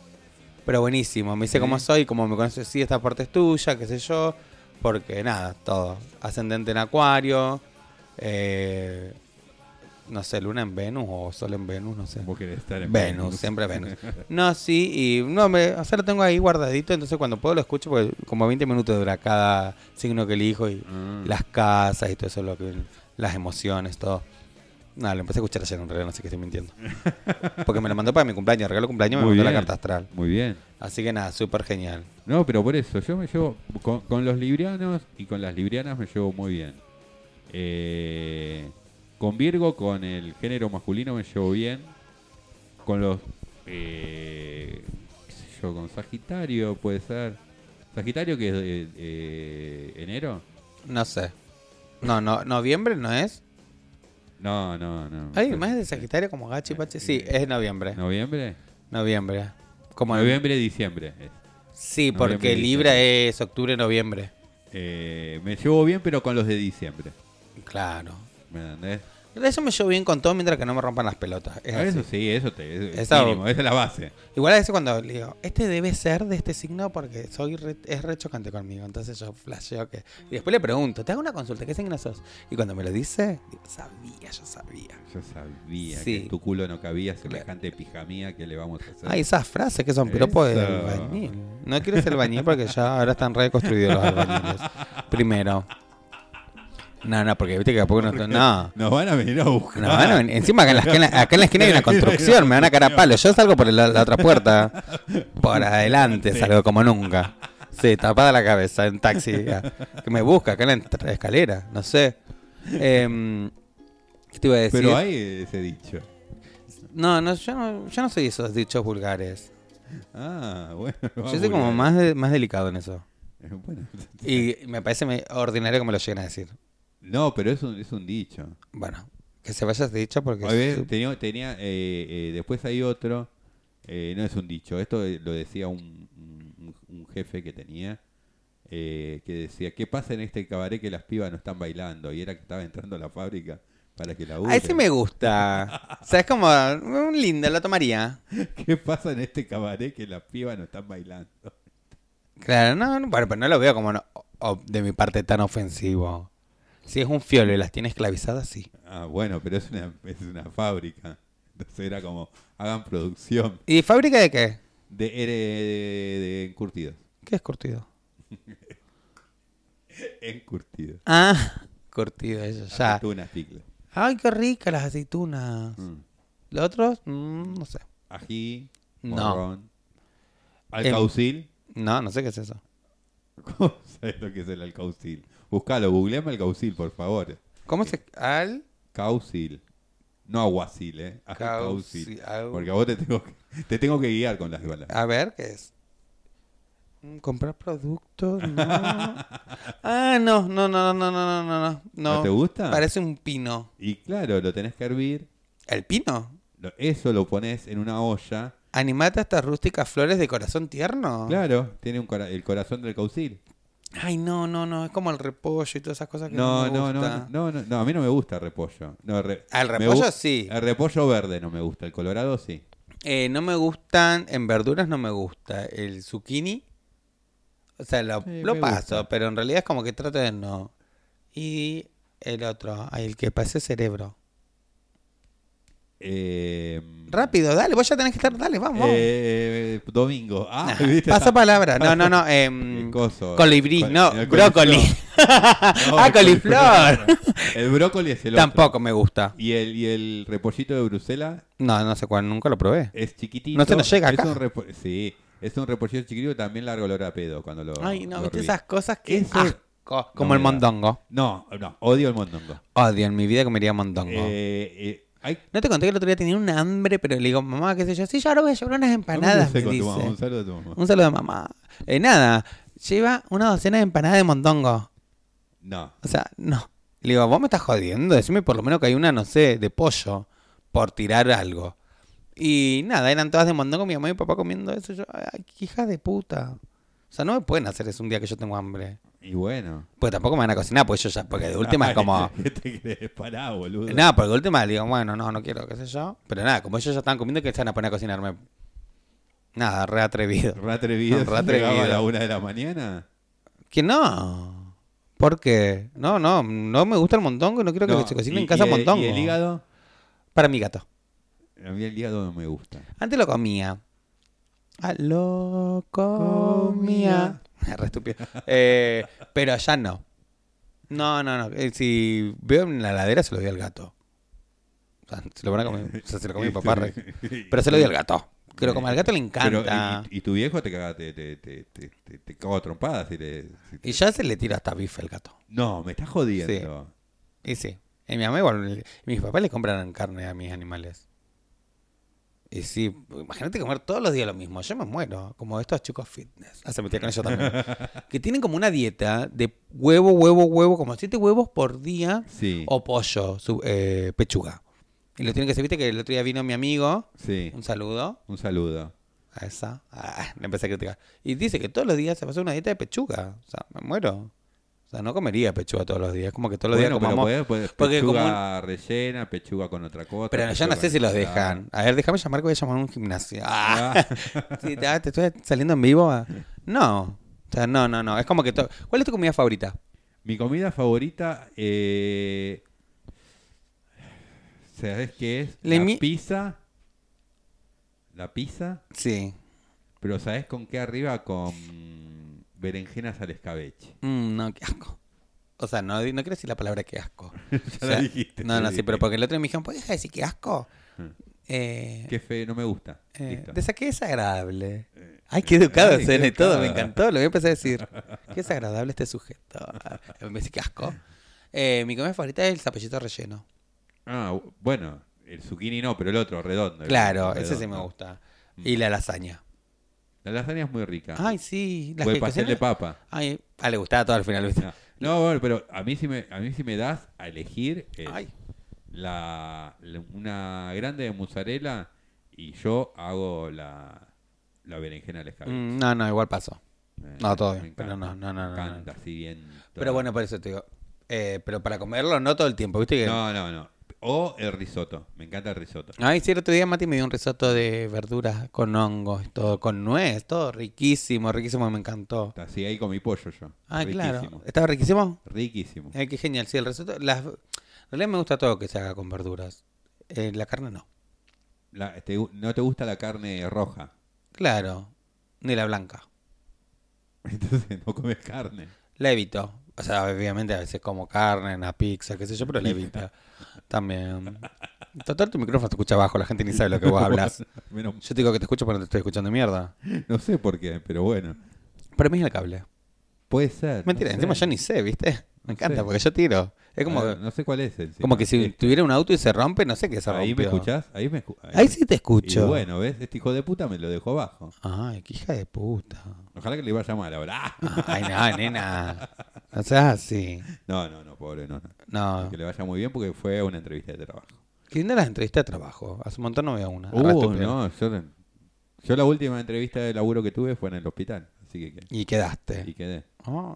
Speaker 2: Pero buenísimo, me
Speaker 1: Sí.
Speaker 2: dice cómo soy, cómo me conoces, sí, esta parte es tuya, qué sé yo. Porque nada, todo. Ascendente en Acuario, eh, no sé, Luna en Venus o Sol en Venus, no sé.
Speaker 1: Vos querés estar en
Speaker 2: Venus, siempre Venus. No, sí, y no, me, o sea, lo tengo ahí guardadito, entonces cuando puedo lo escucho, porque como 20 minutos dura cada signo que elijo y
Speaker 1: Ah.
Speaker 2: las casas y todo eso, lo que, las emociones, todo. No, lo empecé a escuchar ayer en realidad, no sé qué estoy mintiendo. Porque me lo mandó para mi cumpleaños, regalo cumpleaños, me
Speaker 1: Muy
Speaker 2: mandó la
Speaker 1: bien.
Speaker 2: carta astral.
Speaker 1: Muy bien.
Speaker 2: Así que nada, súper genial.
Speaker 1: No, pero por eso, yo me llevo con, con los librianos y con las librianas me llevo muy bien. Eh, con Virgo, con el género masculino me llevo bien. Con los... eh, qué sé yo, con Sagitario puede ser. Sagitario que es de- eh, enero.
Speaker 2: No sé. No, no, noviembre no es.
Speaker 1: No, no, no. Eh,
Speaker 2: Hay más de Sagitario como Gachi Pachi. Sí, es noviembre.
Speaker 1: ¿Noviembre?
Speaker 2: Noviembre. Como
Speaker 1: Noviembre, diciembre. es.
Speaker 2: Sí,
Speaker 1: Noviembre,
Speaker 2: porque
Speaker 1: diciembre.
Speaker 2: Libra es octubre, noviembre.
Speaker 1: Eh, me llevo bien, pero con los de diciembre.
Speaker 2: Claro.
Speaker 1: ¿Me entendés?
Speaker 2: Eso me llevo bien con todo mientras que no me rompan las pelotas. Es así.
Speaker 1: Eso sí, eso te, es
Speaker 2: Esa-
Speaker 1: mínimo, esa es la base.
Speaker 2: Igual a veces cuando le digo, este debe ser de este signo porque soy re- es re chocante conmigo. Entonces yo flasheo que. Y después le pregunto, te hago una consulta, ¿qué signo sos? Y cuando me lo dice, digo, sabía, yo sabía.
Speaker 1: Yo sabía
Speaker 2: Sí.
Speaker 1: que tu culo no cabía semejante pijamía que le vamos a hacer.
Speaker 2: Ay, esas frases que son piropos de
Speaker 1: Eso.
Speaker 2: albañil. No quiero ser albañil porque ya ahora están reconstruidos los albañiles. Primero. No, no, porque viste que a poco no. No.
Speaker 1: Nos van a venir a buscar.
Speaker 2: No, bueno, en- encima acá en, la esquina, acá en la esquina hay una construcción, me van a cara a palo. Yo salgo por la, la otra puerta. Por adelante salgo como nunca. Sí, tapada la cabeza en taxi. ya. Que me busca acá en la entra- escalera, no sé. Em, ¿Qué te iba a decir?
Speaker 1: Pero hay ese dicho.
Speaker 2: No, no yo, no, yo no soy de esos dichos vulgares.
Speaker 1: Ah, bueno. Eh,
Speaker 2: Yo soy como más, de- más delicado en eso.
Speaker 1: Bueno,
Speaker 2: Y me parece me- ordinario que me lo lleguen a decir.
Speaker 1: no, pero es un, es un dicho.
Speaker 2: Bueno, que se vaya ese dicho porque...
Speaker 1: A ver, tenía, tenía, eh, eh, después hay otro, eh, no es un dicho, esto eh, lo decía un, un- un jefe que tenía, eh, que decía, ¿qué pasa en este cabaret que las pibas no están bailando? Y era que estaba entrando a la fábrica para que la
Speaker 2: A ese me gusta. O sea, es como mm, lindo, lo tomaría.
Speaker 1: ¿Qué pasa en este cabaret que las pibas no están bailando?
Speaker 2: Claro, no, no, bueno, pero no lo veo como no- o- de mi parte tan ofensivo. Si es un fiolo y las tiene esclavizadas, sí.
Speaker 1: Ah, bueno, pero es una, es una fábrica. Entonces era como, hagan producción
Speaker 2: ¿Y fábrica de qué?
Speaker 1: de, de, de- de encurtidos.
Speaker 2: ¿Qué es curtido?
Speaker 1: Encurtidos.
Speaker 2: Ah, curtido, eso ya.
Speaker 1: Aceitunas, picles.
Speaker 2: Ay, qué rica las aceitunas.
Speaker 1: Mm.
Speaker 2: Los otros, mm, no sé.
Speaker 1: ají,
Speaker 2: No.
Speaker 1: morrón,
Speaker 2: Em-
Speaker 1: alcaucil.
Speaker 2: No, no sé qué es eso.
Speaker 1: ¿Cómo sabes lo que es el alcaucil? Buscalo, googleame alcaucil, por favor.
Speaker 2: ¿Cómo se...?
Speaker 1: Eh,
Speaker 2: Al...
Speaker 1: Caucil. No aguacil, ¿eh? Alcaucil.
Speaker 2: Cauci- au-
Speaker 1: Porque a vos te tengo, que, te tengo que guiar con las balas.
Speaker 2: A ver, ¿qué es? Mm, ¿Comprar productos? No. Ah, no, no, no, no, no, no, no, no.
Speaker 1: ¿No te gusta?
Speaker 2: Parece un pino.
Speaker 1: Y claro, lo tenés que hervir.
Speaker 2: ¿El pino?
Speaker 1: lo- Eso lo pones en una olla.
Speaker 2: Animate a estas rústicas flores de corazón tierno.
Speaker 1: Claro, tiene un cora- el corazón del caucil.
Speaker 2: Ay, no, no, no. Es como el repollo y todas esas cosas Ah, que
Speaker 1: No,
Speaker 2: no, me
Speaker 1: no, no,
Speaker 2: gusta.
Speaker 1: no, no, no, no, a mí no me gusta el repollo. No, re-
Speaker 2: Al
Speaker 1: me
Speaker 2: repollo
Speaker 1: gu- Ah.
Speaker 2: sí.
Speaker 1: El repollo verde no me gusta, el colorado sí.
Speaker 2: Eh, no me gustan, en verduras no me gusta. El zucchini, o sea, lo,
Speaker 1: Sí,
Speaker 2: lo
Speaker 1: me
Speaker 2: paso,
Speaker 1: gusta.
Speaker 2: pero en realidad es como que trato de no. Y el otro, ay, el que pasé cerebro.
Speaker 1: Eh,
Speaker 2: Rápido, dale, vos ya tenés que estar, dale, vamos.
Speaker 1: Eh, domingo. Ah,
Speaker 2: Nah,
Speaker 1: ¿viste?
Speaker 2: pasa palabra, no, no, no.
Speaker 1: El
Speaker 2: em,
Speaker 1: coso.
Speaker 2: colibrí,
Speaker 1: Col-
Speaker 2: no,
Speaker 1: el
Speaker 2: brócoli.
Speaker 1: No,
Speaker 2: ah,
Speaker 1: el
Speaker 2: coliflor.
Speaker 1: El brócoli es el otro.
Speaker 2: Tampoco me gusta.
Speaker 1: Y el, y el repollito de Bruselas
Speaker 2: No, no sé cuál, nunca lo probé.
Speaker 1: es chiquitito.
Speaker 2: No se nos llega
Speaker 1: es
Speaker 2: acá.
Speaker 1: un repo- sí, es un repollito chiquitito también largo el olor a pedo cuando lo.
Speaker 2: Ay, no,
Speaker 1: lo
Speaker 2: viste
Speaker 1: herví.
Speaker 2: esas cosas que
Speaker 1: Eso-
Speaker 2: asco, como
Speaker 1: No
Speaker 2: el
Speaker 1: me da.
Speaker 2: mondongo.
Speaker 1: No, no, odio el mondongo.
Speaker 2: Odio en mi vida comería mondongo.
Speaker 1: Eh, eh, ay,
Speaker 2: No te conté que el otro día tenía un hambre, pero le digo, mamá, qué sé yo, sí, yo ahora voy a llevar unas
Speaker 1: ¿cómo
Speaker 2: empanadas,
Speaker 1: se
Speaker 2: me
Speaker 1: con tu
Speaker 2: dice.
Speaker 1: mamá? Un saludo a tu mamá.
Speaker 2: Un saludo a mamá. Eh, nada, lleva una docena de empanadas de mondongo.
Speaker 1: No.
Speaker 2: O sea, no. Le digo, vos me estás jodiendo, decime por lo menos que hay una, no sé, de pollo, por tirar algo. Y nada, eran todas de mondongo, mi mamá y mi papá comiendo eso. Yo, ay, qué hijas de puta. O sea, no me pueden hacer eso un día que yo tengo hambre.
Speaker 1: Y bueno. Ah, este
Speaker 2: Pues tampoco me van a cocinar, pues yo ya, porque de última es como...
Speaker 1: ¿Qué te crees? Pará, boludo.
Speaker 2: Nada, porque de última le digo, bueno, no, no quiero, qué sé yo. Pero nada, como ellos ya estaban comiendo, que se van a poner a cocinarme. Nada, re atrevido.
Speaker 1: Re atrevido.
Speaker 2: Re
Speaker 1: se llegaba a
Speaker 2: atrevido.
Speaker 1: la una de la mañana.
Speaker 2: Que no. ¿Por qué? No, no, no me gusta el mondongo y no quiero
Speaker 1: No,
Speaker 2: que se cocine
Speaker 1: y-
Speaker 2: en casa
Speaker 1: y el-
Speaker 2: mondongo.
Speaker 1: ¿Y el hígado?
Speaker 2: Para mi gato.
Speaker 1: A mí el hígado no me gusta.
Speaker 2: Antes lo comía. Ah, lo comía. Re estúpido. Eh, pero ya no. No, no, no. Eh, si veo en la ladera, se lo doy al gato. O sea, se lo van a comer. O sea, se lo comió mi papá. re. Pero se lo doy al gato. Creo como al gato le
Speaker 1: Pero,
Speaker 2: encanta.
Speaker 1: y, y- y tu viejo te caga, te, te, te, te, te- te cago a trompadas. Si le- si te-
Speaker 2: Y ya se le tira hasta bife al gato.
Speaker 1: No, me estás jodiendo.
Speaker 2: Y sí. Y mi mamá igual. Mis papás le compraron carne a mis animales. Y sí, imagínate comer todos los días lo mismo. Yo me muero. Como estos chicos fitness. Ah, se metía con ellos también. que tienen como una dieta de huevo, huevo, huevo, como siete huevos por día.
Speaker 1: Sí.
Speaker 2: O pollo, su- eh, pechuga. Y lo tienen que hacer. Viste que el otro día vino mi amigo.
Speaker 1: Sí.
Speaker 2: Un saludo.
Speaker 1: Un saludo.
Speaker 2: A esa. Ah, le empecé a criticar. Y dice que todos los días se pasa una dieta de pechuga. O sea, me muero. O sea, no comería pechuga todos los días. Como que todos los
Speaker 1: Bueno,
Speaker 2: días comamos.
Speaker 1: pero podés, podés
Speaker 2: porque como
Speaker 1: pechuga rellena, pechuga con otra cosa.
Speaker 2: Pero yo no
Speaker 1: pechuga
Speaker 2: sé si los
Speaker 1: con otra-
Speaker 2: dejan. A ver, déjame llamar que voy a llamar a un gimnasio. Ah.
Speaker 1: Ah.
Speaker 2: Sí, ah, ¿Te estoy saliendo en vivo? ah. No. O sea, no, no, no. Es como que to- ¿Cuál es tu comida favorita?
Speaker 1: Mi comida favorita, eh, ¿sabes qué es?
Speaker 2: Le
Speaker 1: la
Speaker 2: mi-
Speaker 1: pizza. La pizza,
Speaker 2: Sí.
Speaker 1: pero ¿sabes con qué arriba? Con berenjenas al escabeche.
Speaker 2: Mm, no, qué asco. O sea, no, di- no quiero decir la palabra que asco. ya
Speaker 1: la dijiste,
Speaker 2: No,
Speaker 1: ya
Speaker 2: no,
Speaker 1: la
Speaker 2: sí,
Speaker 1: dije.
Speaker 2: pero porque el otro día me dijeron, ¿puedes dejar de decir que asco?
Speaker 1: Mm.
Speaker 2: Eh,
Speaker 1: Qué feo, no me gusta.
Speaker 2: eh,
Speaker 1: Listo. Eh,
Speaker 2: de esa que desagradable. Ay, qué educado
Speaker 1: ay, qué
Speaker 2: suena y todo, me
Speaker 1: educada.
Speaker 2: encantó. Lo voy a empezar a decir. Qué desagradable este sujeto. Me dice que asco. Eh, mi comida favorita es el zapallito relleno.
Speaker 1: Ah, bu- bueno, el zucchini no, pero el otro, redondo. el Mm.
Speaker 2: Claro,
Speaker 1: redondo.
Speaker 2: ese sí me gusta. Y la lasaña.
Speaker 1: La lasaña es muy rica.
Speaker 2: Ay, sí. las
Speaker 1: o el
Speaker 2: que
Speaker 1: pastel de
Speaker 2: cocinan-
Speaker 1: Ah. papa.
Speaker 2: Ay, ah, le gustaba todo al final, ¿viste?
Speaker 1: No, no, bueno, pero a mí sí me, a mí sí me das a elegir es
Speaker 2: Ay.
Speaker 1: la, la- una grande de mozzarella y yo hago la, la berenjena al escabeche.
Speaker 2: Mm, No, no, igual pasó.
Speaker 1: Eh,
Speaker 2: Mm. no, todo bien,
Speaker 1: me encanta,
Speaker 2: pero no, no, no, no, no.
Speaker 1: me encanta, así bien.
Speaker 2: Pero bueno, eh, por eso te digo. Eh, pero para comerlo no todo el tiempo, ¿viste? Que...
Speaker 1: No, no, no. O el risotto. Me encanta el risotto.
Speaker 2: Ay, sí, el otro día Mati me dio un risotto de verduras con hongos, todo, con nuez, todo riquísimo, riquísimo, me encantó.
Speaker 1: Así ahí con mi pollo yo.
Speaker 2: Ah,
Speaker 1: riquísimo.
Speaker 2: claro. ¿Estaba riquísimo?
Speaker 1: Riquísimo.
Speaker 2: Ay, qué genial. Sí, el risotto. Las... En realidad me gusta todo que se haga con verduras. Eh, la carne no.
Speaker 1: La- te gu- no te gusta la carne roja.
Speaker 2: Claro. Ni la blanca.
Speaker 1: Entonces no comes carne.
Speaker 2: La evito. O sea, obviamente a veces como carne, una pizza, qué sé yo, pero la evito. También. Total, tu micrófono te escucha abajo, la gente ni sabe lo que vos hablas.
Speaker 1: Menos-
Speaker 2: Yo te digo que te escucho, pero no te estoy escuchando mierda.
Speaker 1: no sé por qué, pero bueno.
Speaker 2: Para mí es el cable.
Speaker 1: Puede ser. no
Speaker 2: Mentira,
Speaker 1: sé.
Speaker 2: encima yo ni sé, ¿viste? Me
Speaker 1: No
Speaker 2: encanta,
Speaker 1: sé.
Speaker 2: porque yo tiro. Es como,
Speaker 1: Ah, no sé cuál es el.
Speaker 2: como que si
Speaker 1: Sí.
Speaker 2: tuviera un auto y se rompe, no sé qué se rompe.
Speaker 1: Ahí me escuchás, ahí me escu-
Speaker 2: Ahí sí te escucho.
Speaker 1: Y bueno, ¿ves? Este hijo de puta me lo dejó abajo.
Speaker 2: Ay, qué hija de puta.
Speaker 1: Ojalá que le iba a llamar ahora. ¡Ah!
Speaker 2: Ay, no, nena. No seas así.
Speaker 1: No, no, no, pobre, no, no.
Speaker 2: No.
Speaker 1: Que le vaya muy bien porque fue una entrevista de trabajo.
Speaker 2: Qué linda las entrevistas de trabajo. Hace un montón no veo una. Al
Speaker 1: Uh,
Speaker 2: resto, pero-
Speaker 1: no, yo, yo la última entrevista de laburo que tuve fue en el hospital, así que,
Speaker 2: Y quedaste.
Speaker 1: y quedé.
Speaker 2: Oh,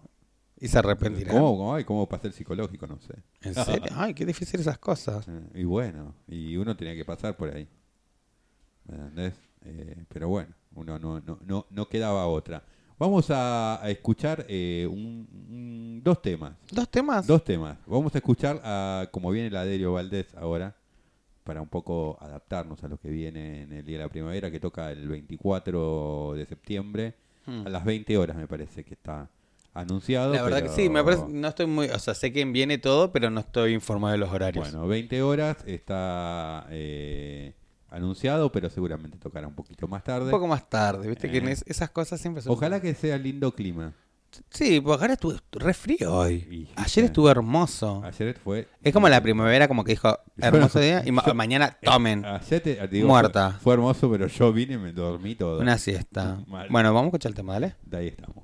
Speaker 2: y se arrepentirá.
Speaker 1: ¿Cómo, cómo, ay, cómo pasé el psicológico? No sé.
Speaker 2: ¿En serio? Ay, qué difícil esas cosas.
Speaker 1: Eh, Y bueno, y uno tenía que pasar por ahí. ¿Me entendés? Eh, pero bueno, uno no, no, no, no quedaba otra. Vamos a, a escuchar eh, un- un- dos temas.
Speaker 2: Dos temas.
Speaker 1: Dos temas. Vamos a escuchar a como viene la Delio Valdés ahora, para un poco adaptarnos a lo que viene en el Día de la Primavera, que toca el 24 de septiembre, a las 20 horas me parece que está anunciado.
Speaker 2: Hmm. La verdad
Speaker 1: pero-
Speaker 2: que sí, me parece, no estoy muy, o sea, sé quién viene todo, pero no estoy informado de los horarios.
Speaker 1: Bueno, 20 horas está eh, anunciado, pero seguramente tocará un poquito más
Speaker 2: un
Speaker 1: tarde.
Speaker 2: poco más tarde, viste que en
Speaker 1: Eh.
Speaker 2: es- esas cosas siempre son...
Speaker 1: Ojalá que sea lindo clima.
Speaker 2: Sí, porque ahora estuve re frío hoy.
Speaker 1: Y-
Speaker 2: Ayer estuvo hermoso.
Speaker 1: Ayer fue...
Speaker 2: Es como la primavera, como que dijo, hermoso día, y ma- mañana tomen
Speaker 1: Eh, Ayer te- digo,
Speaker 2: Muerta.
Speaker 1: Fue, fue hermoso, pero yo vine y me dormí todo.
Speaker 2: una siesta.
Speaker 1: Mal.
Speaker 2: Bueno, vamos a escuchar el tema, ¿vale?
Speaker 1: De ahí estamos.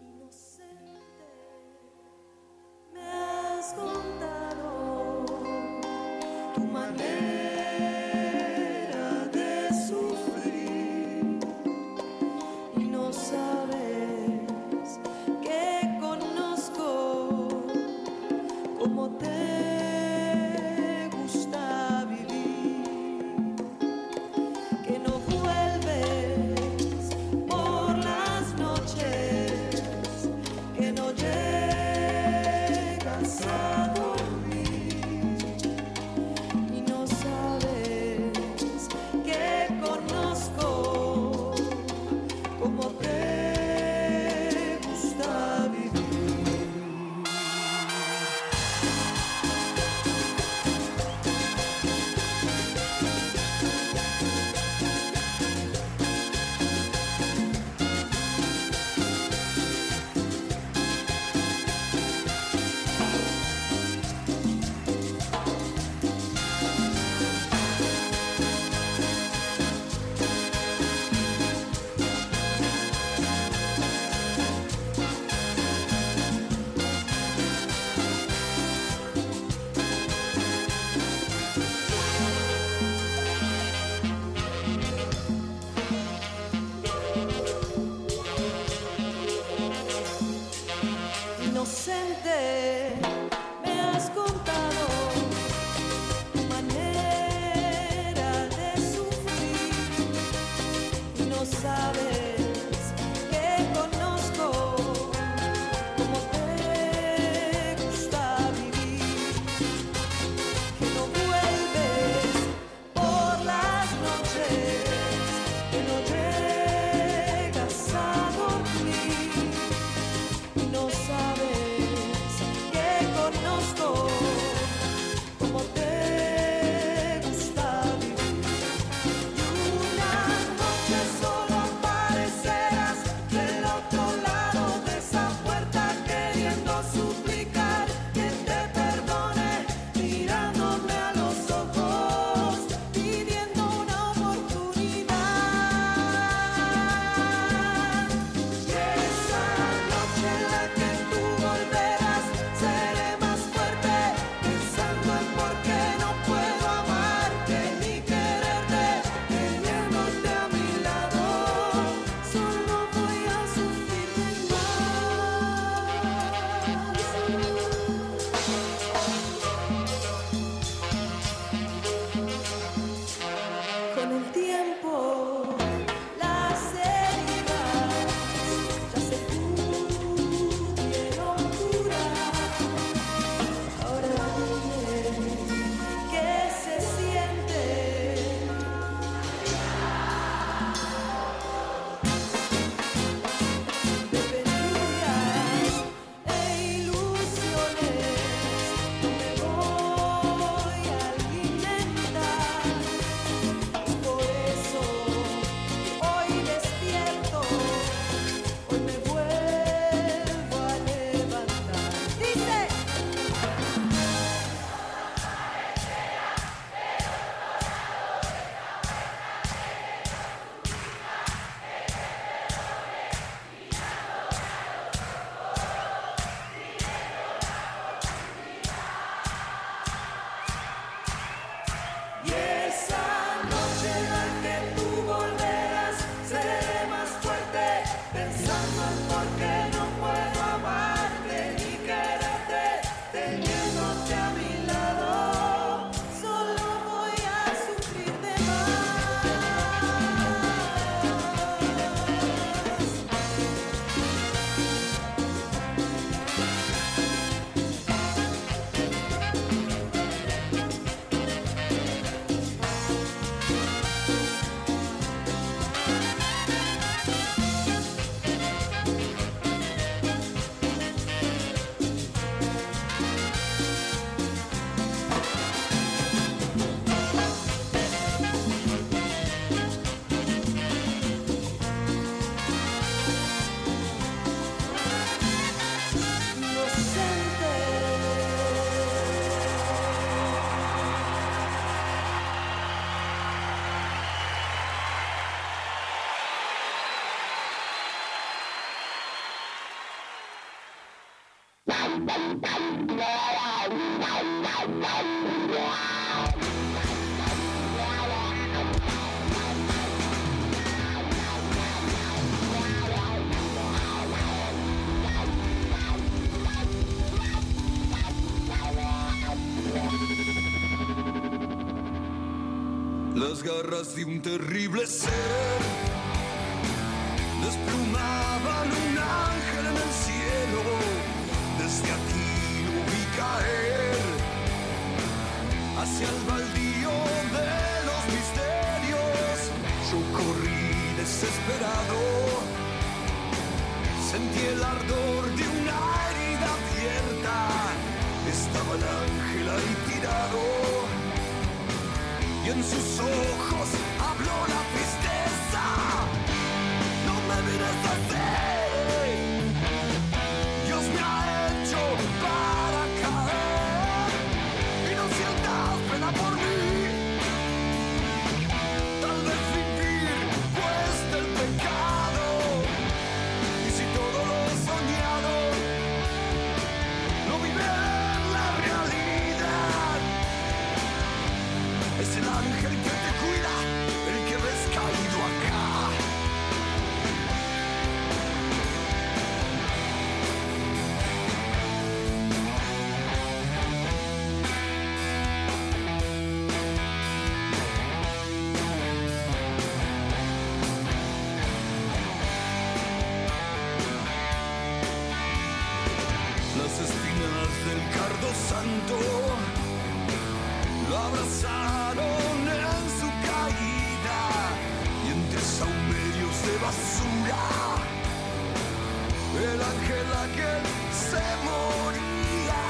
Speaker 4: Inocente, me has contado tu manera de sufrir y no sabes
Speaker 5: e las garras de un terrible ser desplumaban un ángel en el cielo. Desde aquí lo vi caer hacia el baldío de los misterios. Yo corrí desesperado, sentí el ardor de una herida abierta. Estaba el ángel ahí tirado y en sus ojos habló la tristeza. No me mires así. Dios me ha hecho para caer y no sientas pena por mí. Tal vez vivir cueste el pecado y si todo lo soñado no vive la realidad. Es el ángel que te cuida, el que ves caído acá. Las espinas del cardo santo lo abrazaron en su caída y entre saumerios de basura el ángel aquel se moría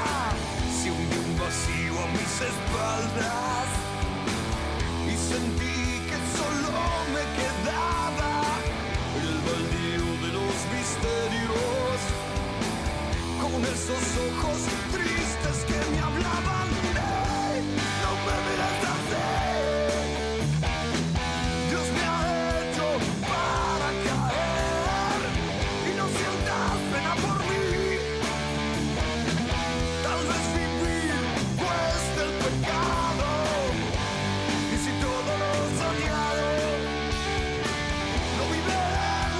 Speaker 5: se hundió un vacío a mis espaldas y sentí que solo me quedaba el baldío de los misterios con esos ojos tristes que me hablaban de no me verás así. Dios me ha hecho para caer y no sientas pena por mí. Tal vez vivir cueste el pecado y si todo lo soñado no vive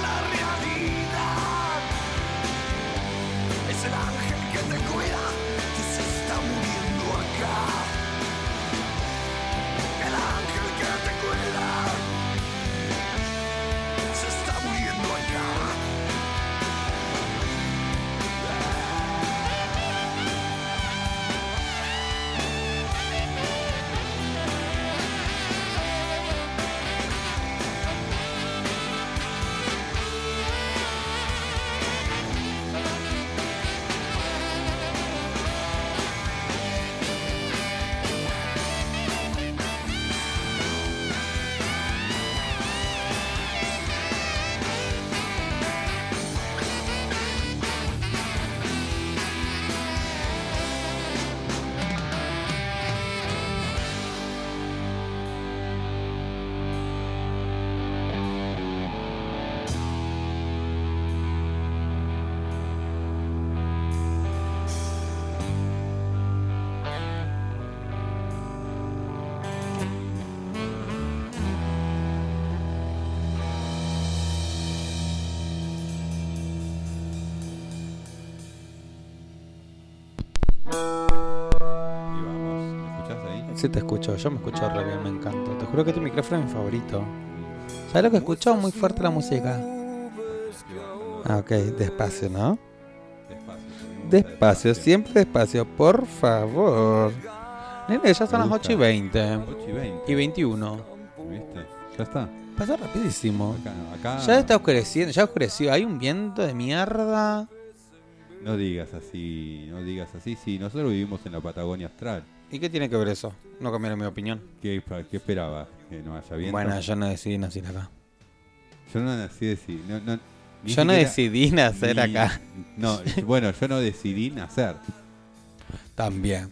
Speaker 5: la realidad. Es el ángel que te cuida que se está muriendo acá. El ángel que te cuida se está muriendo acá.
Speaker 1: Y vamos. ¿Me escuchás ahí?
Speaker 2: Sí, te escucho. Yo me escucho re bien, me encanta. Te juro que este micrófono es mi favorito. ¿Sabes lo que escucho? Muy fuerte la música. Ah, ok. Despacio, ¿no?
Speaker 1: Despacio.
Speaker 2: Despacio, siempre despacio, por favor. Nene, ya son
Speaker 1: Me
Speaker 2: las
Speaker 1: gusta.
Speaker 2: 8 y 20.
Speaker 1: 8 y 20.
Speaker 2: Y 21.
Speaker 1: ¿Viste? Ya está.
Speaker 2: Pasó rapidísimo.
Speaker 1: Acá, acá
Speaker 2: Ya está oscureciendo, ya oscureció. Hay un viento de mierda.
Speaker 1: no digas así, no digas así. Sí, nosotros vivimos en la Patagonia Astral.
Speaker 2: ¿Y qué tiene que ver eso? No cambiaron mi opinión.
Speaker 1: ¿Qué, qué esperaba? ¿Que no haya viento?
Speaker 2: Bueno, yo no decidí nacer acá.
Speaker 1: yo no nací decir. No, no, ni
Speaker 2: Yo no
Speaker 1: siquiera-
Speaker 2: decidí nacer
Speaker 1: ni-
Speaker 2: acá.
Speaker 1: No, bueno, yo no decidí nacer.
Speaker 2: También.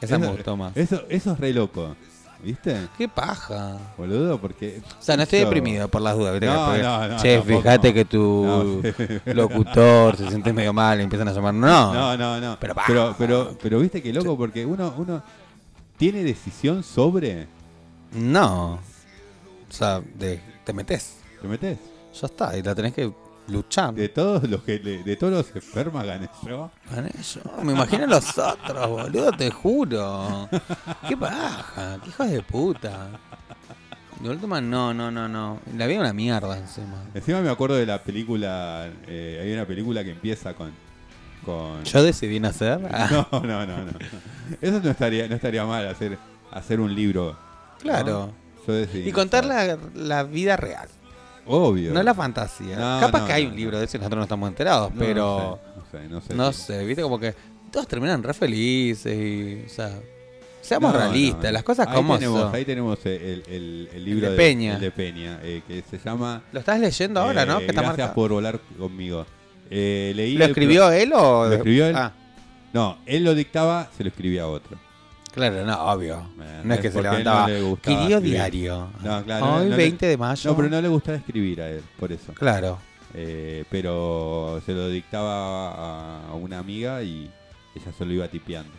Speaker 2: Esa me gustó más.
Speaker 1: Eso, eso es re loco. ¿Viste?
Speaker 2: Qué paja.
Speaker 1: Boludo, porque.
Speaker 2: O sea, no estoy
Speaker 1: Yo-
Speaker 2: deprimido por las dudas. ¿viste?
Speaker 1: No,
Speaker 2: Porque,
Speaker 1: no, no,
Speaker 2: che,
Speaker 1: tampoco.
Speaker 2: fíjate que tu locutor se siente medio mal y empiezan a llamar. No,
Speaker 1: No, no, no.
Speaker 2: Pero
Speaker 1: Pero,
Speaker 2: pa.
Speaker 1: pero, pero, viste que loco, porque uno, uno tiene decisión sobre.
Speaker 2: no. O sea, de- te metes.
Speaker 1: ¿Te metes?
Speaker 2: Ya está. Y la tenés que luchar.
Speaker 1: De todos los que le- de todos los enfermas gané yo.
Speaker 2: Gané yo. Me imagino a los otros, boludo, te juro. Qué paja, qué hijos de puta. De última, no, no, no, no. La vida es una mierda encima.
Speaker 1: Encima me acuerdo de la película. eh, hay una película que empieza con. con
Speaker 2: Yo decidí nacer. Ah,
Speaker 1: No, no, no, no. Eso no estaría, no estaría mal hacer, hacer un libro. ¿no?
Speaker 2: Claro.
Speaker 1: Yo decidí.
Speaker 2: Y contar la, la vida real,
Speaker 1: Obvio.
Speaker 2: no la fantasía.
Speaker 1: No,
Speaker 2: Capaz
Speaker 1: no,
Speaker 2: que hay
Speaker 1: no,
Speaker 2: un
Speaker 1: no.
Speaker 2: libro de eso y nosotros no estamos enterados,
Speaker 1: No,
Speaker 2: pero
Speaker 1: No sé, no sé.
Speaker 2: no
Speaker 1: sé.
Speaker 2: sé, viste como que todos terminan re felices y, o sea, seamos
Speaker 1: No, no,
Speaker 2: realistas,
Speaker 1: no.
Speaker 2: las cosas
Speaker 1: ahí
Speaker 2: como
Speaker 1: tenemos,
Speaker 2: son.
Speaker 1: Ahí tenemos eh, el, el- el libro
Speaker 2: El de Peña.
Speaker 1: el de Peña, eh, que se llama.
Speaker 2: Lo estás leyendo ahora,
Speaker 1: eh,
Speaker 2: ¿no? Que está
Speaker 1: gracias
Speaker 2: marcado.
Speaker 1: por volar conmigo. Eh, leí
Speaker 2: ¿Lo
Speaker 1: el-
Speaker 2: escribió él o...?
Speaker 1: Lo escribió él.
Speaker 2: Ah.
Speaker 1: No, él lo dictaba, se lo escribía a otro.
Speaker 2: Claro, no, obvio.
Speaker 1: Man,
Speaker 2: no es que se
Speaker 1: porque
Speaker 2: levantaba.
Speaker 1: no le gustaba
Speaker 2: Querido
Speaker 1: escribir.
Speaker 2: diario.
Speaker 1: No, claro, no,
Speaker 2: Hoy,
Speaker 1: no le-
Speaker 2: 20 de mayo.
Speaker 1: No, pero no le gustaba escribir a él, por eso.
Speaker 2: Claro.
Speaker 1: Eh, pero se lo dictaba a- a una amiga y ella se lo iba tipeando.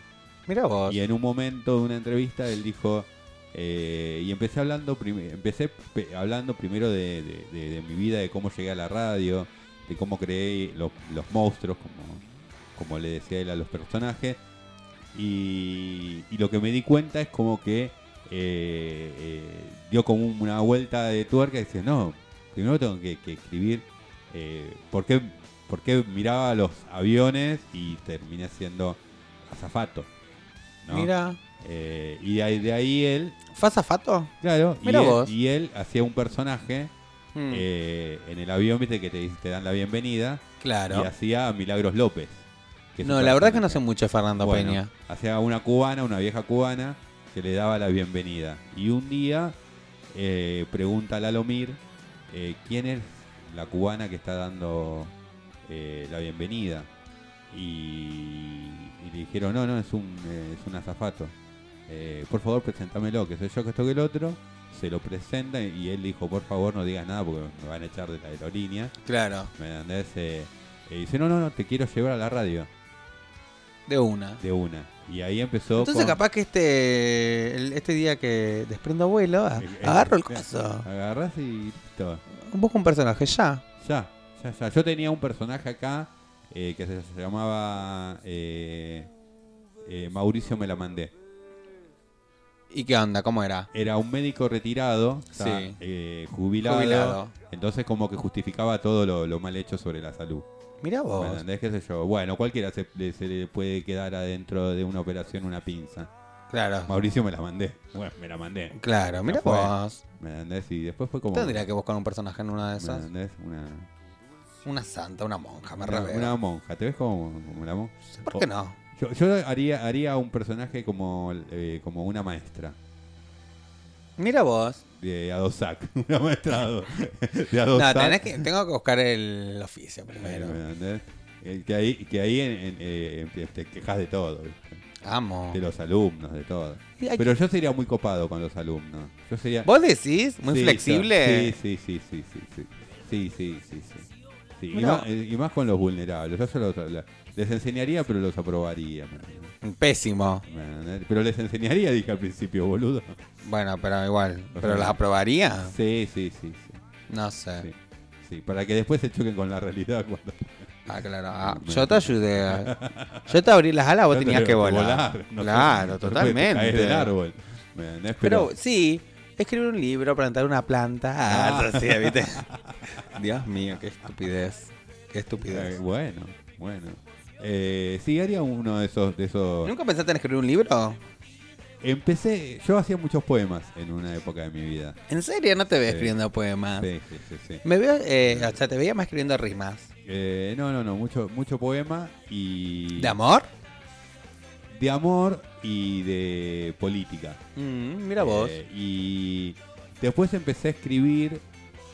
Speaker 2: Mira vos.
Speaker 1: Y en un momento de una entrevista él dijo, eh, y empecé hablando, prim- empecé pe- hablando primero de, de- de- de mi vida, de cómo llegué a la radio, de cómo creé los, los monstruos, como, como le decía él a los personajes. Y, y lo que me di cuenta es como que eh, eh, dio como un- una vuelta de tuerca y dice, no, primero tengo que, que escribir eh, por, qué, por qué miraba los aviones y terminé siendo azafato. ¿no?
Speaker 2: Mira.
Speaker 1: Eh, y ahí- de ahí él,
Speaker 2: ¿Fue azafato?
Speaker 1: claro, y
Speaker 2: Mirá
Speaker 1: él,
Speaker 2: vos.
Speaker 1: y él hacía un personaje
Speaker 2: Mm,
Speaker 1: eh, en el avión, viste, que te, dice- te dan la bienvenida, y
Speaker 2: claro.
Speaker 1: hacía a Milagros López. que es
Speaker 2: No,
Speaker 1: un
Speaker 2: la verdad que no sé
Speaker 1: personaje.
Speaker 2: mucho de Fernando
Speaker 1: Bueno,
Speaker 2: Peña.
Speaker 1: Hacía una cubana, una vieja cubana, que le daba la bienvenida. Y un día eh, pregunta a Lalomir eh, quién es la cubana que está dando eh, la bienvenida. Y, y le dijeron, no, no, es un, eh, es un azafato. Eh, por favor, presentámelo, que soy yo que esto que el otro. Se lo presenta y él dijo, por favor, no digas nada porque me van a echar de la aerolínea.
Speaker 2: Claro.
Speaker 1: ¿Me entendés? Eh, y dice, no, no, no, te quiero llevar a la radio
Speaker 2: De una.
Speaker 1: de una. Y ahí empezó.
Speaker 2: Entonces
Speaker 1: con-
Speaker 2: capaz que este el- este día que desprendo vuelo, a-
Speaker 1: Eh, eh,
Speaker 2: Ah, agarro el
Speaker 1: eh,
Speaker 2: coso.
Speaker 1: Agarrás y listo.
Speaker 2: Busco un personaje ya.
Speaker 1: Ya, ya, ya. Yo tenía un personaje acá eh, que se llamaba eh, eh, Mauricio Me la mandé.
Speaker 2: ¿Y qué onda? ¿Cómo era?
Speaker 1: Era un médico retirado, está,
Speaker 2: Sí.
Speaker 1: eh, jubilado,
Speaker 2: Jubilado.
Speaker 1: Entonces, como que justificaba todo lo, lo mal hecho sobre la salud.
Speaker 2: Mira
Speaker 1: ¿Me
Speaker 2: vos.
Speaker 1: entendés? ¿Qué sé yo? Bueno, cualquiera se, le- se le puede quedar adentro de una operación una pinza.
Speaker 2: Claro.
Speaker 1: Mauricio me la mandé. Bueno, me la mandé.
Speaker 2: Claro, mira
Speaker 1: No fue.
Speaker 2: vos.
Speaker 1: ¿Me entendés? Y después fue como.
Speaker 2: Tendría que buscar un personaje en una de
Speaker 1: ¿Me
Speaker 2: esas.
Speaker 1: entendés? Una.
Speaker 2: Una santa, una monja, me
Speaker 1: Una,
Speaker 2: reveo.
Speaker 1: una monja, ¿te ves como, como la monja?
Speaker 2: ¿Por qué no?
Speaker 1: Yo, yo haría, haría un personaje como, eh, como una maestra
Speaker 2: Mira vos.
Speaker 1: de Adosac. Una maestra Ado- de
Speaker 2: No,
Speaker 1: Adosac.
Speaker 2: tenés que, tengo que buscar el oficio primero.
Speaker 1: ¿Me entendés? Eh, que ahí, que ahí en- en, eh, en- te quejas de todo, ¿viste?
Speaker 2: Amo.
Speaker 1: de los alumnos, de todo.
Speaker 2: Y Ah. hay-
Speaker 1: Pero yo sería muy copado con los alumnos. Yo sería.
Speaker 2: ¿Vos decís? Muy
Speaker 1: Sí,
Speaker 2: flexible.
Speaker 1: yo- Sí, sí, sí, sí, sí, sí. Sí, sí, sí, sí. Sí, y,
Speaker 2: Mirá.
Speaker 1: más, eh, y más con los vulnerables. Yo se los- la- les enseñaría, pero los aprobaría. ¿me entendés?
Speaker 2: Pésimo.
Speaker 1: ¿Me entendés? Pero les enseñaría, dije al principio, boludo.
Speaker 2: Bueno, pero igual.
Speaker 1: O
Speaker 2: ¿Pero
Speaker 1: sea,
Speaker 2: las aprobaría?
Speaker 1: Sí, sí, sí, sí,
Speaker 2: No sé.
Speaker 1: sí. Sí, para que después se choquen con la realidad cuando
Speaker 2: Ah, claro. Ah, yo te ayudé. Yo te abrí las alas, Ah, vos
Speaker 1: Yo te
Speaker 2: tenías
Speaker 1: veo
Speaker 2: que volar.
Speaker 1: no te-
Speaker 2: claro,
Speaker 1: no te puedes
Speaker 2: totalmente.
Speaker 1: caer del árbol. ¿Me entendés?
Speaker 2: Pero, sí, escribir un libro, plantar una planta. Ah,
Speaker 1: Ah.
Speaker 2: eso sí, ¿viste? Dios mío, qué estupidez. Qué
Speaker 1: eh,
Speaker 2: estupidez.
Speaker 1: bueno, bueno. Eh, sí, haría uno de esos de esos
Speaker 2: ¿Nunca pensaste en escribir un libro?
Speaker 1: Empecé, yo hacía muchos poemas en una época de mi vida.
Speaker 2: ¿En serio? No te veo
Speaker 1: Sí.
Speaker 2: escribiendo poemas.
Speaker 1: Sí, sí, sí, sí.
Speaker 2: Me veo, eh, o sea, te veía más escribiendo rimas.
Speaker 1: Eh, no, no, no, mucho mucho poema y
Speaker 2: ¿De amor?
Speaker 1: de amor y de política.
Speaker 2: Mm, mira vos.
Speaker 1: Eh, y después empecé a escribir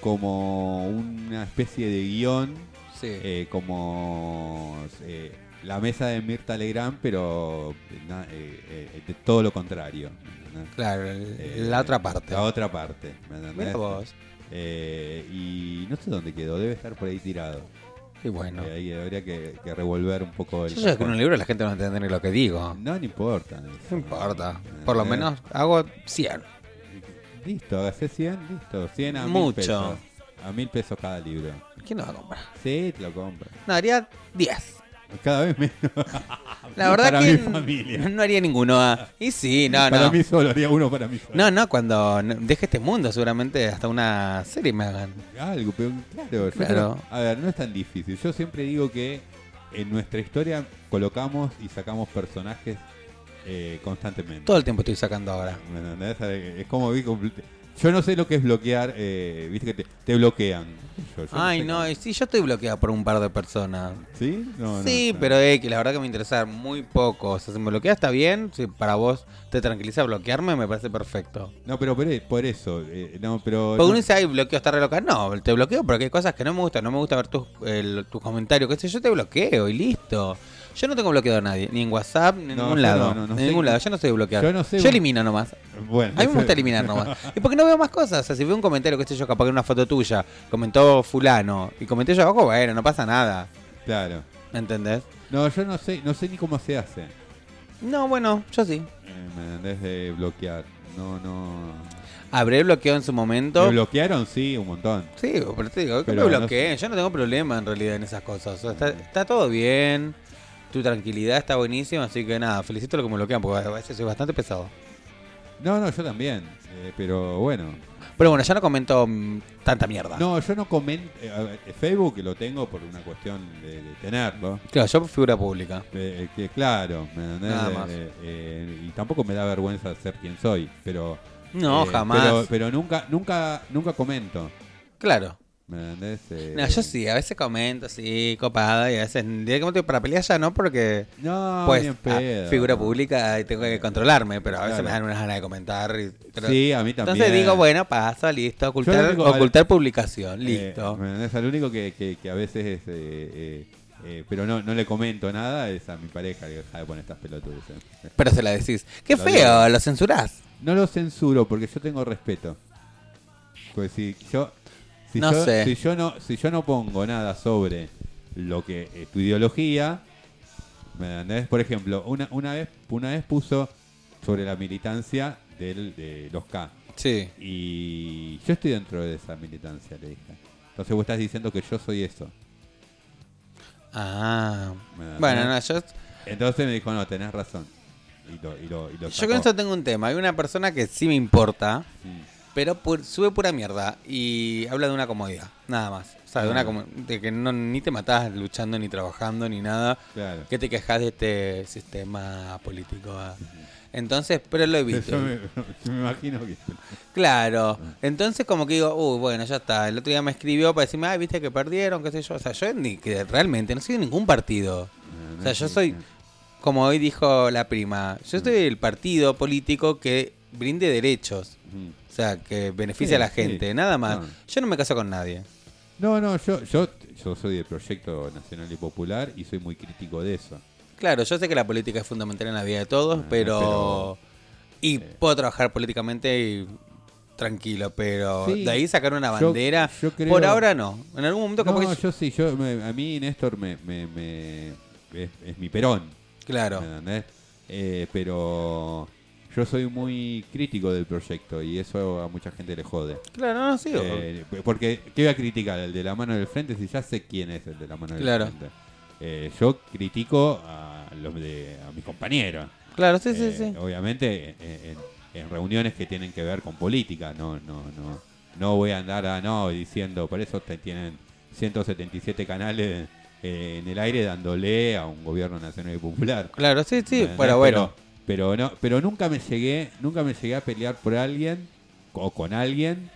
Speaker 1: como una especie de guión,
Speaker 2: Sí.
Speaker 1: eh, como eh, la mesa de Mirta Legrand, pero na- eh, eh, de todo eh, lo contrario. ¿no?
Speaker 2: Claro, el-
Speaker 1: Eh,
Speaker 2: la otra parte.
Speaker 1: La otra parte, ¿me entendés?
Speaker 2: Mira vos.
Speaker 1: Eh, y no sé dónde quedó, debe estar por ahí tirado.
Speaker 2: Y bueno.
Speaker 1: Eh, ahí habría que, que revolver un poco el.
Speaker 2: Yo sé que con
Speaker 1: cajón.
Speaker 2: un libro la gente no entiende ni lo que digo.
Speaker 1: No, no importa.
Speaker 2: No importa. Por
Speaker 1: Eh.
Speaker 2: lo menos hago 100.
Speaker 1: Listo, hágase 100, listo. 100 a mil
Speaker 2: Mucho.
Speaker 1: pesos. A mil pesos cada libro.
Speaker 2: ¿Quién lo va a comprar?
Speaker 1: Sí, te lo compro.
Speaker 2: No, haría 10.
Speaker 1: Cada vez menos.
Speaker 2: La verdad
Speaker 1: para
Speaker 2: que
Speaker 1: mi
Speaker 2: n-
Speaker 1: familia.
Speaker 2: no haría ninguno. ah. Y sí, no,
Speaker 1: para
Speaker 2: no.
Speaker 1: mí solo, haría uno para mí solo.
Speaker 2: No, no, cuando n- deje este mundo seguramente hasta una serie me hagan.
Speaker 1: Algo, pero claro, yo
Speaker 2: Claro.
Speaker 1: creo- a ver, no es tan difícil. Yo siempre digo que en nuestra historia colocamos y sacamos personajes eh, constantemente.
Speaker 2: Todo el tiempo estoy sacando ahora.
Speaker 1: ¿Me entendés? Es como vi compl- Yo no sé lo que es bloquear, eh, viste que te, te bloquean. Yo- yo
Speaker 2: Ay,
Speaker 1: sé
Speaker 2: no,
Speaker 1: cómo-
Speaker 2: eh. y sí, yo estoy bloqueado por un par de personas.
Speaker 1: ¿Sí? No, no,
Speaker 2: sí,
Speaker 1: no.
Speaker 2: pero eh, que la verdad que me interesa muy poco. O sea, si me bloquea está bien. Si para vos te tranquiliza bloquearme, me parece perfecto.
Speaker 1: No, pero por, e- por eso. eh, no, pero.
Speaker 2: Porque
Speaker 1: no-
Speaker 2: uno dice, ay, bloqueo está re loca. No, te bloqueo porque hay cosas que no me gustan. No me gusta ver tus, el- tus comentarios, qué sé yo, te bloqueo y listo. Yo no tengo bloqueado a nadie, ni en WhatsApp, ni en
Speaker 1: No,
Speaker 2: ningún
Speaker 1: yo
Speaker 2: lado.
Speaker 1: no, no, no
Speaker 2: en
Speaker 1: sé.
Speaker 2: ningún lado, yo no soy bloqueado.
Speaker 1: Yo no sé-
Speaker 2: elimino nomás.
Speaker 1: Bueno,
Speaker 2: A mí me
Speaker 1: eso-
Speaker 2: gusta eliminar nomás. Y porque no veo más cosas. O sea, si veo un comentario, qué sé yo, capaz que una foto tuya, comentó fulano, y comenté yo abajo, bueno, no pasa nada.
Speaker 1: Claro.
Speaker 2: ¿Me entendés?
Speaker 1: No, yo no sé, no sé ni cómo se hace.
Speaker 2: No, bueno, yo sí.
Speaker 1: Eh, ¿Me entendés? De bloquear. No, no.
Speaker 2: Habré bloqueado en su momento.
Speaker 1: Me bloquearon, sí, un montón.
Speaker 2: Sí, pero te digo, que me
Speaker 1: Pero no
Speaker 2: bloqueé. Yo no tengo problema en realidad en esas cosas. O sea, está, está todo bien. Tu tranquilidad está buenísima. Así que nada, felicito a los que me bloquean porque a veces soy bastante pesado.
Speaker 1: No, no, yo también. eh, pero bueno.
Speaker 2: Pero bueno, ya no comento mm, tanta mierda.
Speaker 1: No, yo no comento. eh, a ver, Facebook lo tengo por una cuestión de, de tenerlo.
Speaker 2: Claro, yo figura pública.
Speaker 1: Eh, eh, que claro, ¿me entendés?
Speaker 2: Nada
Speaker 1: Eh,
Speaker 2: más.
Speaker 1: eh, eh, y tampoco me da vergüenza ser quien soy, pero.
Speaker 2: No,
Speaker 1: eh,
Speaker 2: jamás.
Speaker 1: Pero, pero nunca, nunca, nunca comento.
Speaker 2: Claro.
Speaker 1: ¿Me entendés? Eh,
Speaker 2: No, yo sí, a veces comento, sí, copada. Y a veces directamente para pelear ya no porque...
Speaker 1: No, ni
Speaker 2: Pues,
Speaker 1: en
Speaker 2: ah,
Speaker 1: pedo.
Speaker 2: figura pública y tengo que controlarme, pero a veces
Speaker 1: Claro.
Speaker 2: me dan unas ganas de comentar. y- pero-
Speaker 1: Sí, a mí también.
Speaker 2: Entonces digo, bueno, paso, listo,
Speaker 1: Yo
Speaker 2: ocultar,
Speaker 1: lo único-
Speaker 2: ocultar publicación,
Speaker 1: Eh,
Speaker 2: listo.
Speaker 1: ¿me entendés? Al único que, que- que a veces es. eh, eh, eh, pero no, no le comento nada, es a mi pareja que deja de poner estas pelotudes. eh.
Speaker 2: Pero se la decís. ¡Qué
Speaker 1: Lo
Speaker 2: feo!
Speaker 1: digo.
Speaker 2: Lo censurás.
Speaker 1: No lo censuro porque yo tengo respeto. Pues si yo si
Speaker 2: No
Speaker 1: yo,
Speaker 2: sé.
Speaker 1: si yo no si yo no pongo nada sobre lo que es tu ideología, ¿me entendés? Por ejemplo, una, una vez una vez puso sobre la militancia del, de los K
Speaker 2: Sí.
Speaker 1: y yo estoy dentro de esa militancia, le dije. Entonces vos estás diciendo que yo soy eso.
Speaker 2: Ah.
Speaker 1: Me-
Speaker 2: Bueno,
Speaker 1: me-
Speaker 2: no, yo,
Speaker 1: Entonces me dijo, "No, tenés razón." Y lo y lo y lo
Speaker 2: yo con
Speaker 1: sacó.
Speaker 2: esto tengo un tema. Hay una persona que sí me importa,
Speaker 1: Sí.
Speaker 2: pero pu- sube pura mierda y habla de una comodidad, nada más. O sea, de,
Speaker 1: Ah.
Speaker 2: una como- de que no, ni te matás luchando, ni trabajando, ni nada.
Speaker 1: Claro.
Speaker 2: Que te quejas de este sistema político. ah. Entonces, pero lo evito.
Speaker 1: Yo me, Ah. yo me imagino que
Speaker 2: Claro. Entonces como que digo, uy, bueno, ya está. El otro día me escribió para decirme, ay, viste que perdieron, qué sé yo. O sea, yo ni, que realmente no soy de ningún partido. O sea, yo soy, como hoy dijo la prima, yo soy del partido político que brinde derechos.
Speaker 1: Mm.
Speaker 2: O sea, que
Speaker 1: Sí,
Speaker 2: beneficia a la
Speaker 1: sí. Ah.
Speaker 2: gente, nada más.
Speaker 1: No.
Speaker 2: Yo no me caso con nadie.
Speaker 1: No, no, yo, yo, yo soy del Proyecto Nacional y Popular y soy muy crítico de eso.
Speaker 2: Claro, yo sé que la política es fundamental en la vida de todos,
Speaker 1: Ah, pero-
Speaker 2: pero... Y puedo trabajar políticamente y tranquilo, pero
Speaker 1: Sí.
Speaker 2: de ahí sacar una
Speaker 1: Yo-
Speaker 2: bandera...
Speaker 1: yo creo-
Speaker 2: Por ahora no. En algún momento como
Speaker 1: No,
Speaker 2: que...
Speaker 1: yo sí, yo, me- a mí Néstor me, me- me- es, es mi perón,
Speaker 2: Claro.
Speaker 1: ¿me entendés? Eh, pero yo soy muy crítico del proyecto y eso a mucha gente le jode.
Speaker 2: Claro, no, sí. o-
Speaker 1: Eh, porque, ¿qué voy a criticar? ¿El de la mano del frente? Si ya sé quién es el de la mano del
Speaker 2: Claro.
Speaker 1: frente. Eh, yo critico a, los de, a mis compañeros.
Speaker 2: claro, sí, sí,
Speaker 1: Eh,
Speaker 2: sí.
Speaker 1: Obviamente eh, en, en reuniones que tienen que ver con política, no, no, no, no voy a andar a no diciendo, por eso te tienen 177 canales eh, en el aire dándole a un gobierno nacional y popular.
Speaker 2: Claro, sí, sí.
Speaker 1: ¿Entendés?
Speaker 2: Pero bueno.
Speaker 1: pero no, pero nunca me llegué, nunca me llegué a pelear por alguien o con alguien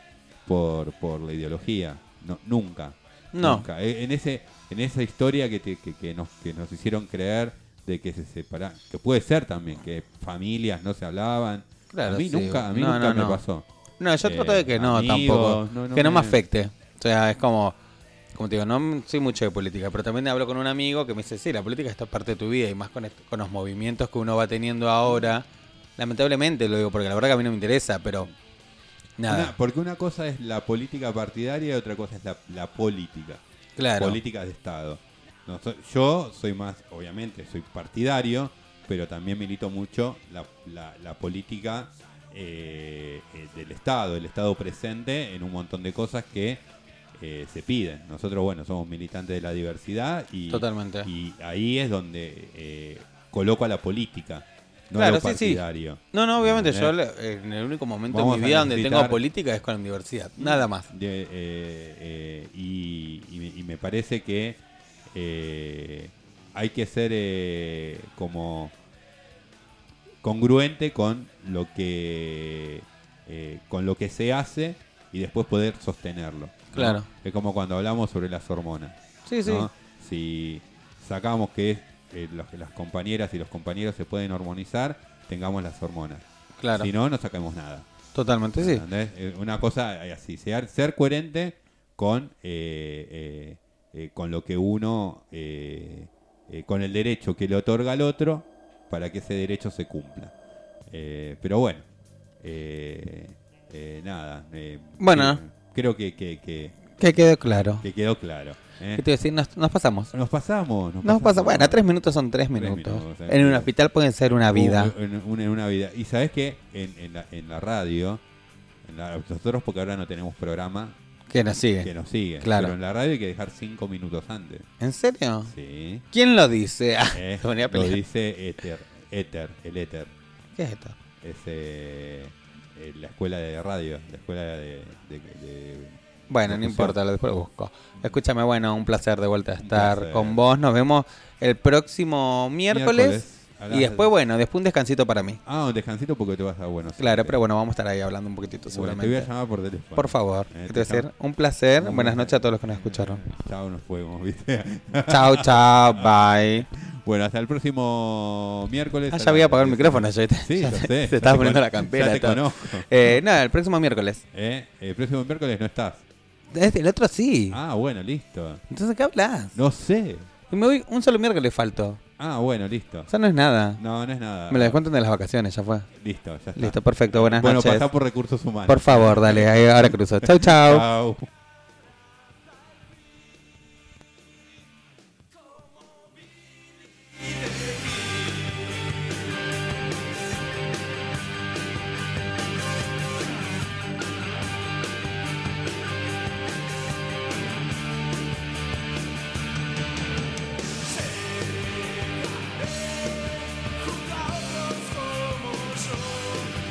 Speaker 1: por, por la ideología, no, nunca.
Speaker 2: No.
Speaker 1: Nunca. E- En ese, en esa historia que, te- que, que nos, que nos hicieron creer de que se separaban, que puede ser también, que familias no se hablaban.
Speaker 2: Claro,
Speaker 1: a mí
Speaker 2: sí.
Speaker 1: nunca, a mí
Speaker 2: No,
Speaker 1: nunca
Speaker 2: no,
Speaker 1: me
Speaker 2: no.
Speaker 1: pasó.
Speaker 2: No, yo
Speaker 1: Eh,
Speaker 2: trato de que no,
Speaker 1: amigos,
Speaker 2: tampoco.
Speaker 1: no, no
Speaker 2: que no
Speaker 1: me-
Speaker 2: me afecte. O sea, es como. Como te digo, no m- soy mucho de política, pero también hablo con un amigo que me dice, sí, la política está parte de tu vida y más con, est- con los movimientos que uno va teniendo ahora, Lamentablemente lo digo, porque la verdad que a mí no me interesa, pero. Nada.
Speaker 1: Una- porque una cosa es la política partidaria y otra cosa es la, la política.
Speaker 2: claro.
Speaker 1: Política de Estado. No, so- yo soy más, obviamente, soy partidario, pero también milito mucho la, la- la política eh, eh, del Estado, el Estado presente en un montón de cosas que eh, se piden. Nosotros, bueno, somos militantes de la diversidad y,
Speaker 2: Totalmente.
Speaker 1: y ahí es donde eh, coloco a la política, no a
Speaker 2: Claro,
Speaker 1: lo
Speaker 2: sí, sí.
Speaker 1: partidario.
Speaker 2: No, no, obviamente, yo
Speaker 1: ¿Entendés?
Speaker 2: le- en el único momento
Speaker 1: Vamos a
Speaker 2: de mi vida donde
Speaker 1: necesitar-
Speaker 2: tengo política es con la universidad. Nada más.
Speaker 1: De, eh, eh, y, y me- y me parece que eh, hay que ser eh, como congruente con lo que eh, con lo que se hace y después poder sostenerlo. ¿no?
Speaker 2: Claro.
Speaker 1: Es como cuando hablamos sobre las hormonas.
Speaker 2: Sí, sí.
Speaker 1: ¿no? Si sacamos que eh, los- las compañeras y los compañeros se pueden hormonizar, tengamos las hormonas.
Speaker 2: Claro.
Speaker 1: Si no, no sacamos nada.
Speaker 2: Totalmente, sí.
Speaker 1: ¿Entendés? Eh, Una cosa eh, así, ser, ser coherente con, eh, eh, eh, con lo que uno, eh, eh, con el derecho que le otorga al otro para que ese derecho se cumpla. Eh, pero bueno, eh, eh, nada. eh,
Speaker 2: Bueno.
Speaker 1: eh, Creo que, que, que-
Speaker 2: Que quedó claro.
Speaker 1: que quedó claro. ¿eh?
Speaker 2: ¿Qué te iba a decir? Nos, nos pasamos.
Speaker 1: Nos pasamos.
Speaker 2: Nos pasa. Bueno, tres minutos son tres
Speaker 1: Tres
Speaker 2: minutos.
Speaker 1: minutos, eh. Uh,
Speaker 2: en un hospital pueden ser una vida.
Speaker 1: Un- En, un- en una vida. Y sabes que en, en la, en la radio, en la- nosotros porque ahora no tenemos programa,
Speaker 2: Que nos sigue.
Speaker 1: que nos sigue.
Speaker 2: Claro.
Speaker 1: Pero en la radio hay que dejar cinco minutos antes.
Speaker 2: ¿En serio?
Speaker 1: Sí.
Speaker 2: ¿Quién lo dice? Ah,
Speaker 1: Eh,
Speaker 2: se ponía a
Speaker 1: lo
Speaker 2: pelear.
Speaker 1: dice Éter, Éter, el Éter.
Speaker 2: ¿Qué es esto?
Speaker 1: Es eh, eh, la escuela de radio, la escuela de... de- de-
Speaker 2: Bueno,
Speaker 1: Nos
Speaker 2: no
Speaker 1: pusimos.
Speaker 2: importa, lo después lo busco. Escúchame, bueno, un placer de vuelta a estar
Speaker 1: placer.
Speaker 2: con vos. Nos vemos el próximo miércoles.
Speaker 1: Miércoles a las-
Speaker 2: y después, bueno, después un descansito para mí.
Speaker 1: Ah, un descansito porque te vas a Buenos
Speaker 2: Claro,
Speaker 1: Aires.
Speaker 2: pero bueno, vamos a estar ahí hablando un poquitito
Speaker 1: Bueno,
Speaker 2: seguramente.
Speaker 1: te voy a llamar por teléfono.
Speaker 2: Por favor,
Speaker 1: Eh,
Speaker 2: ¿qué
Speaker 1: te
Speaker 2: te voy a decir?
Speaker 1: llamo.
Speaker 2: un placer.
Speaker 1: Muy
Speaker 2: Buenas
Speaker 1: bien.
Speaker 2: noches a todos los que nos escucharon.
Speaker 1: Chao, nos fuimos, ¿viste?
Speaker 2: chao, chao, bye.
Speaker 1: bueno, hasta el próximo miércoles.
Speaker 2: Ah,
Speaker 1: a
Speaker 2: ya
Speaker 1: la-
Speaker 2: había apagado el micrófono. ya te-
Speaker 1: Sí,
Speaker 2: ya
Speaker 1: ya
Speaker 2: te-
Speaker 1: sé.
Speaker 2: te
Speaker 1: ya te
Speaker 2: estabas poniendo
Speaker 1: con-
Speaker 2: la campera.
Speaker 1: Ya te
Speaker 2: todo.
Speaker 1: conozco.
Speaker 2: Eh, no, el próximo miércoles.
Speaker 1: Eh, El próximo miércoles no estás.
Speaker 2: Es El otro sí.
Speaker 1: Ah, bueno, listo.
Speaker 2: Entonces, ¿qué hablas?
Speaker 1: No sé.
Speaker 2: Me voy un solo miércoles faltó.
Speaker 1: Ah, bueno, listo.
Speaker 2: O sea, no es nada.
Speaker 1: No, no es nada.
Speaker 2: Me lo descuentan de las vacaciones, ya fue.
Speaker 1: Listo, ya está.
Speaker 2: Listo, perfecto. Buenas
Speaker 1: bueno,
Speaker 2: noches.
Speaker 1: pasá por recursos humanos.
Speaker 2: Por favor, dale, ahí ahora cruzo. Chau, chau.
Speaker 1: Chau.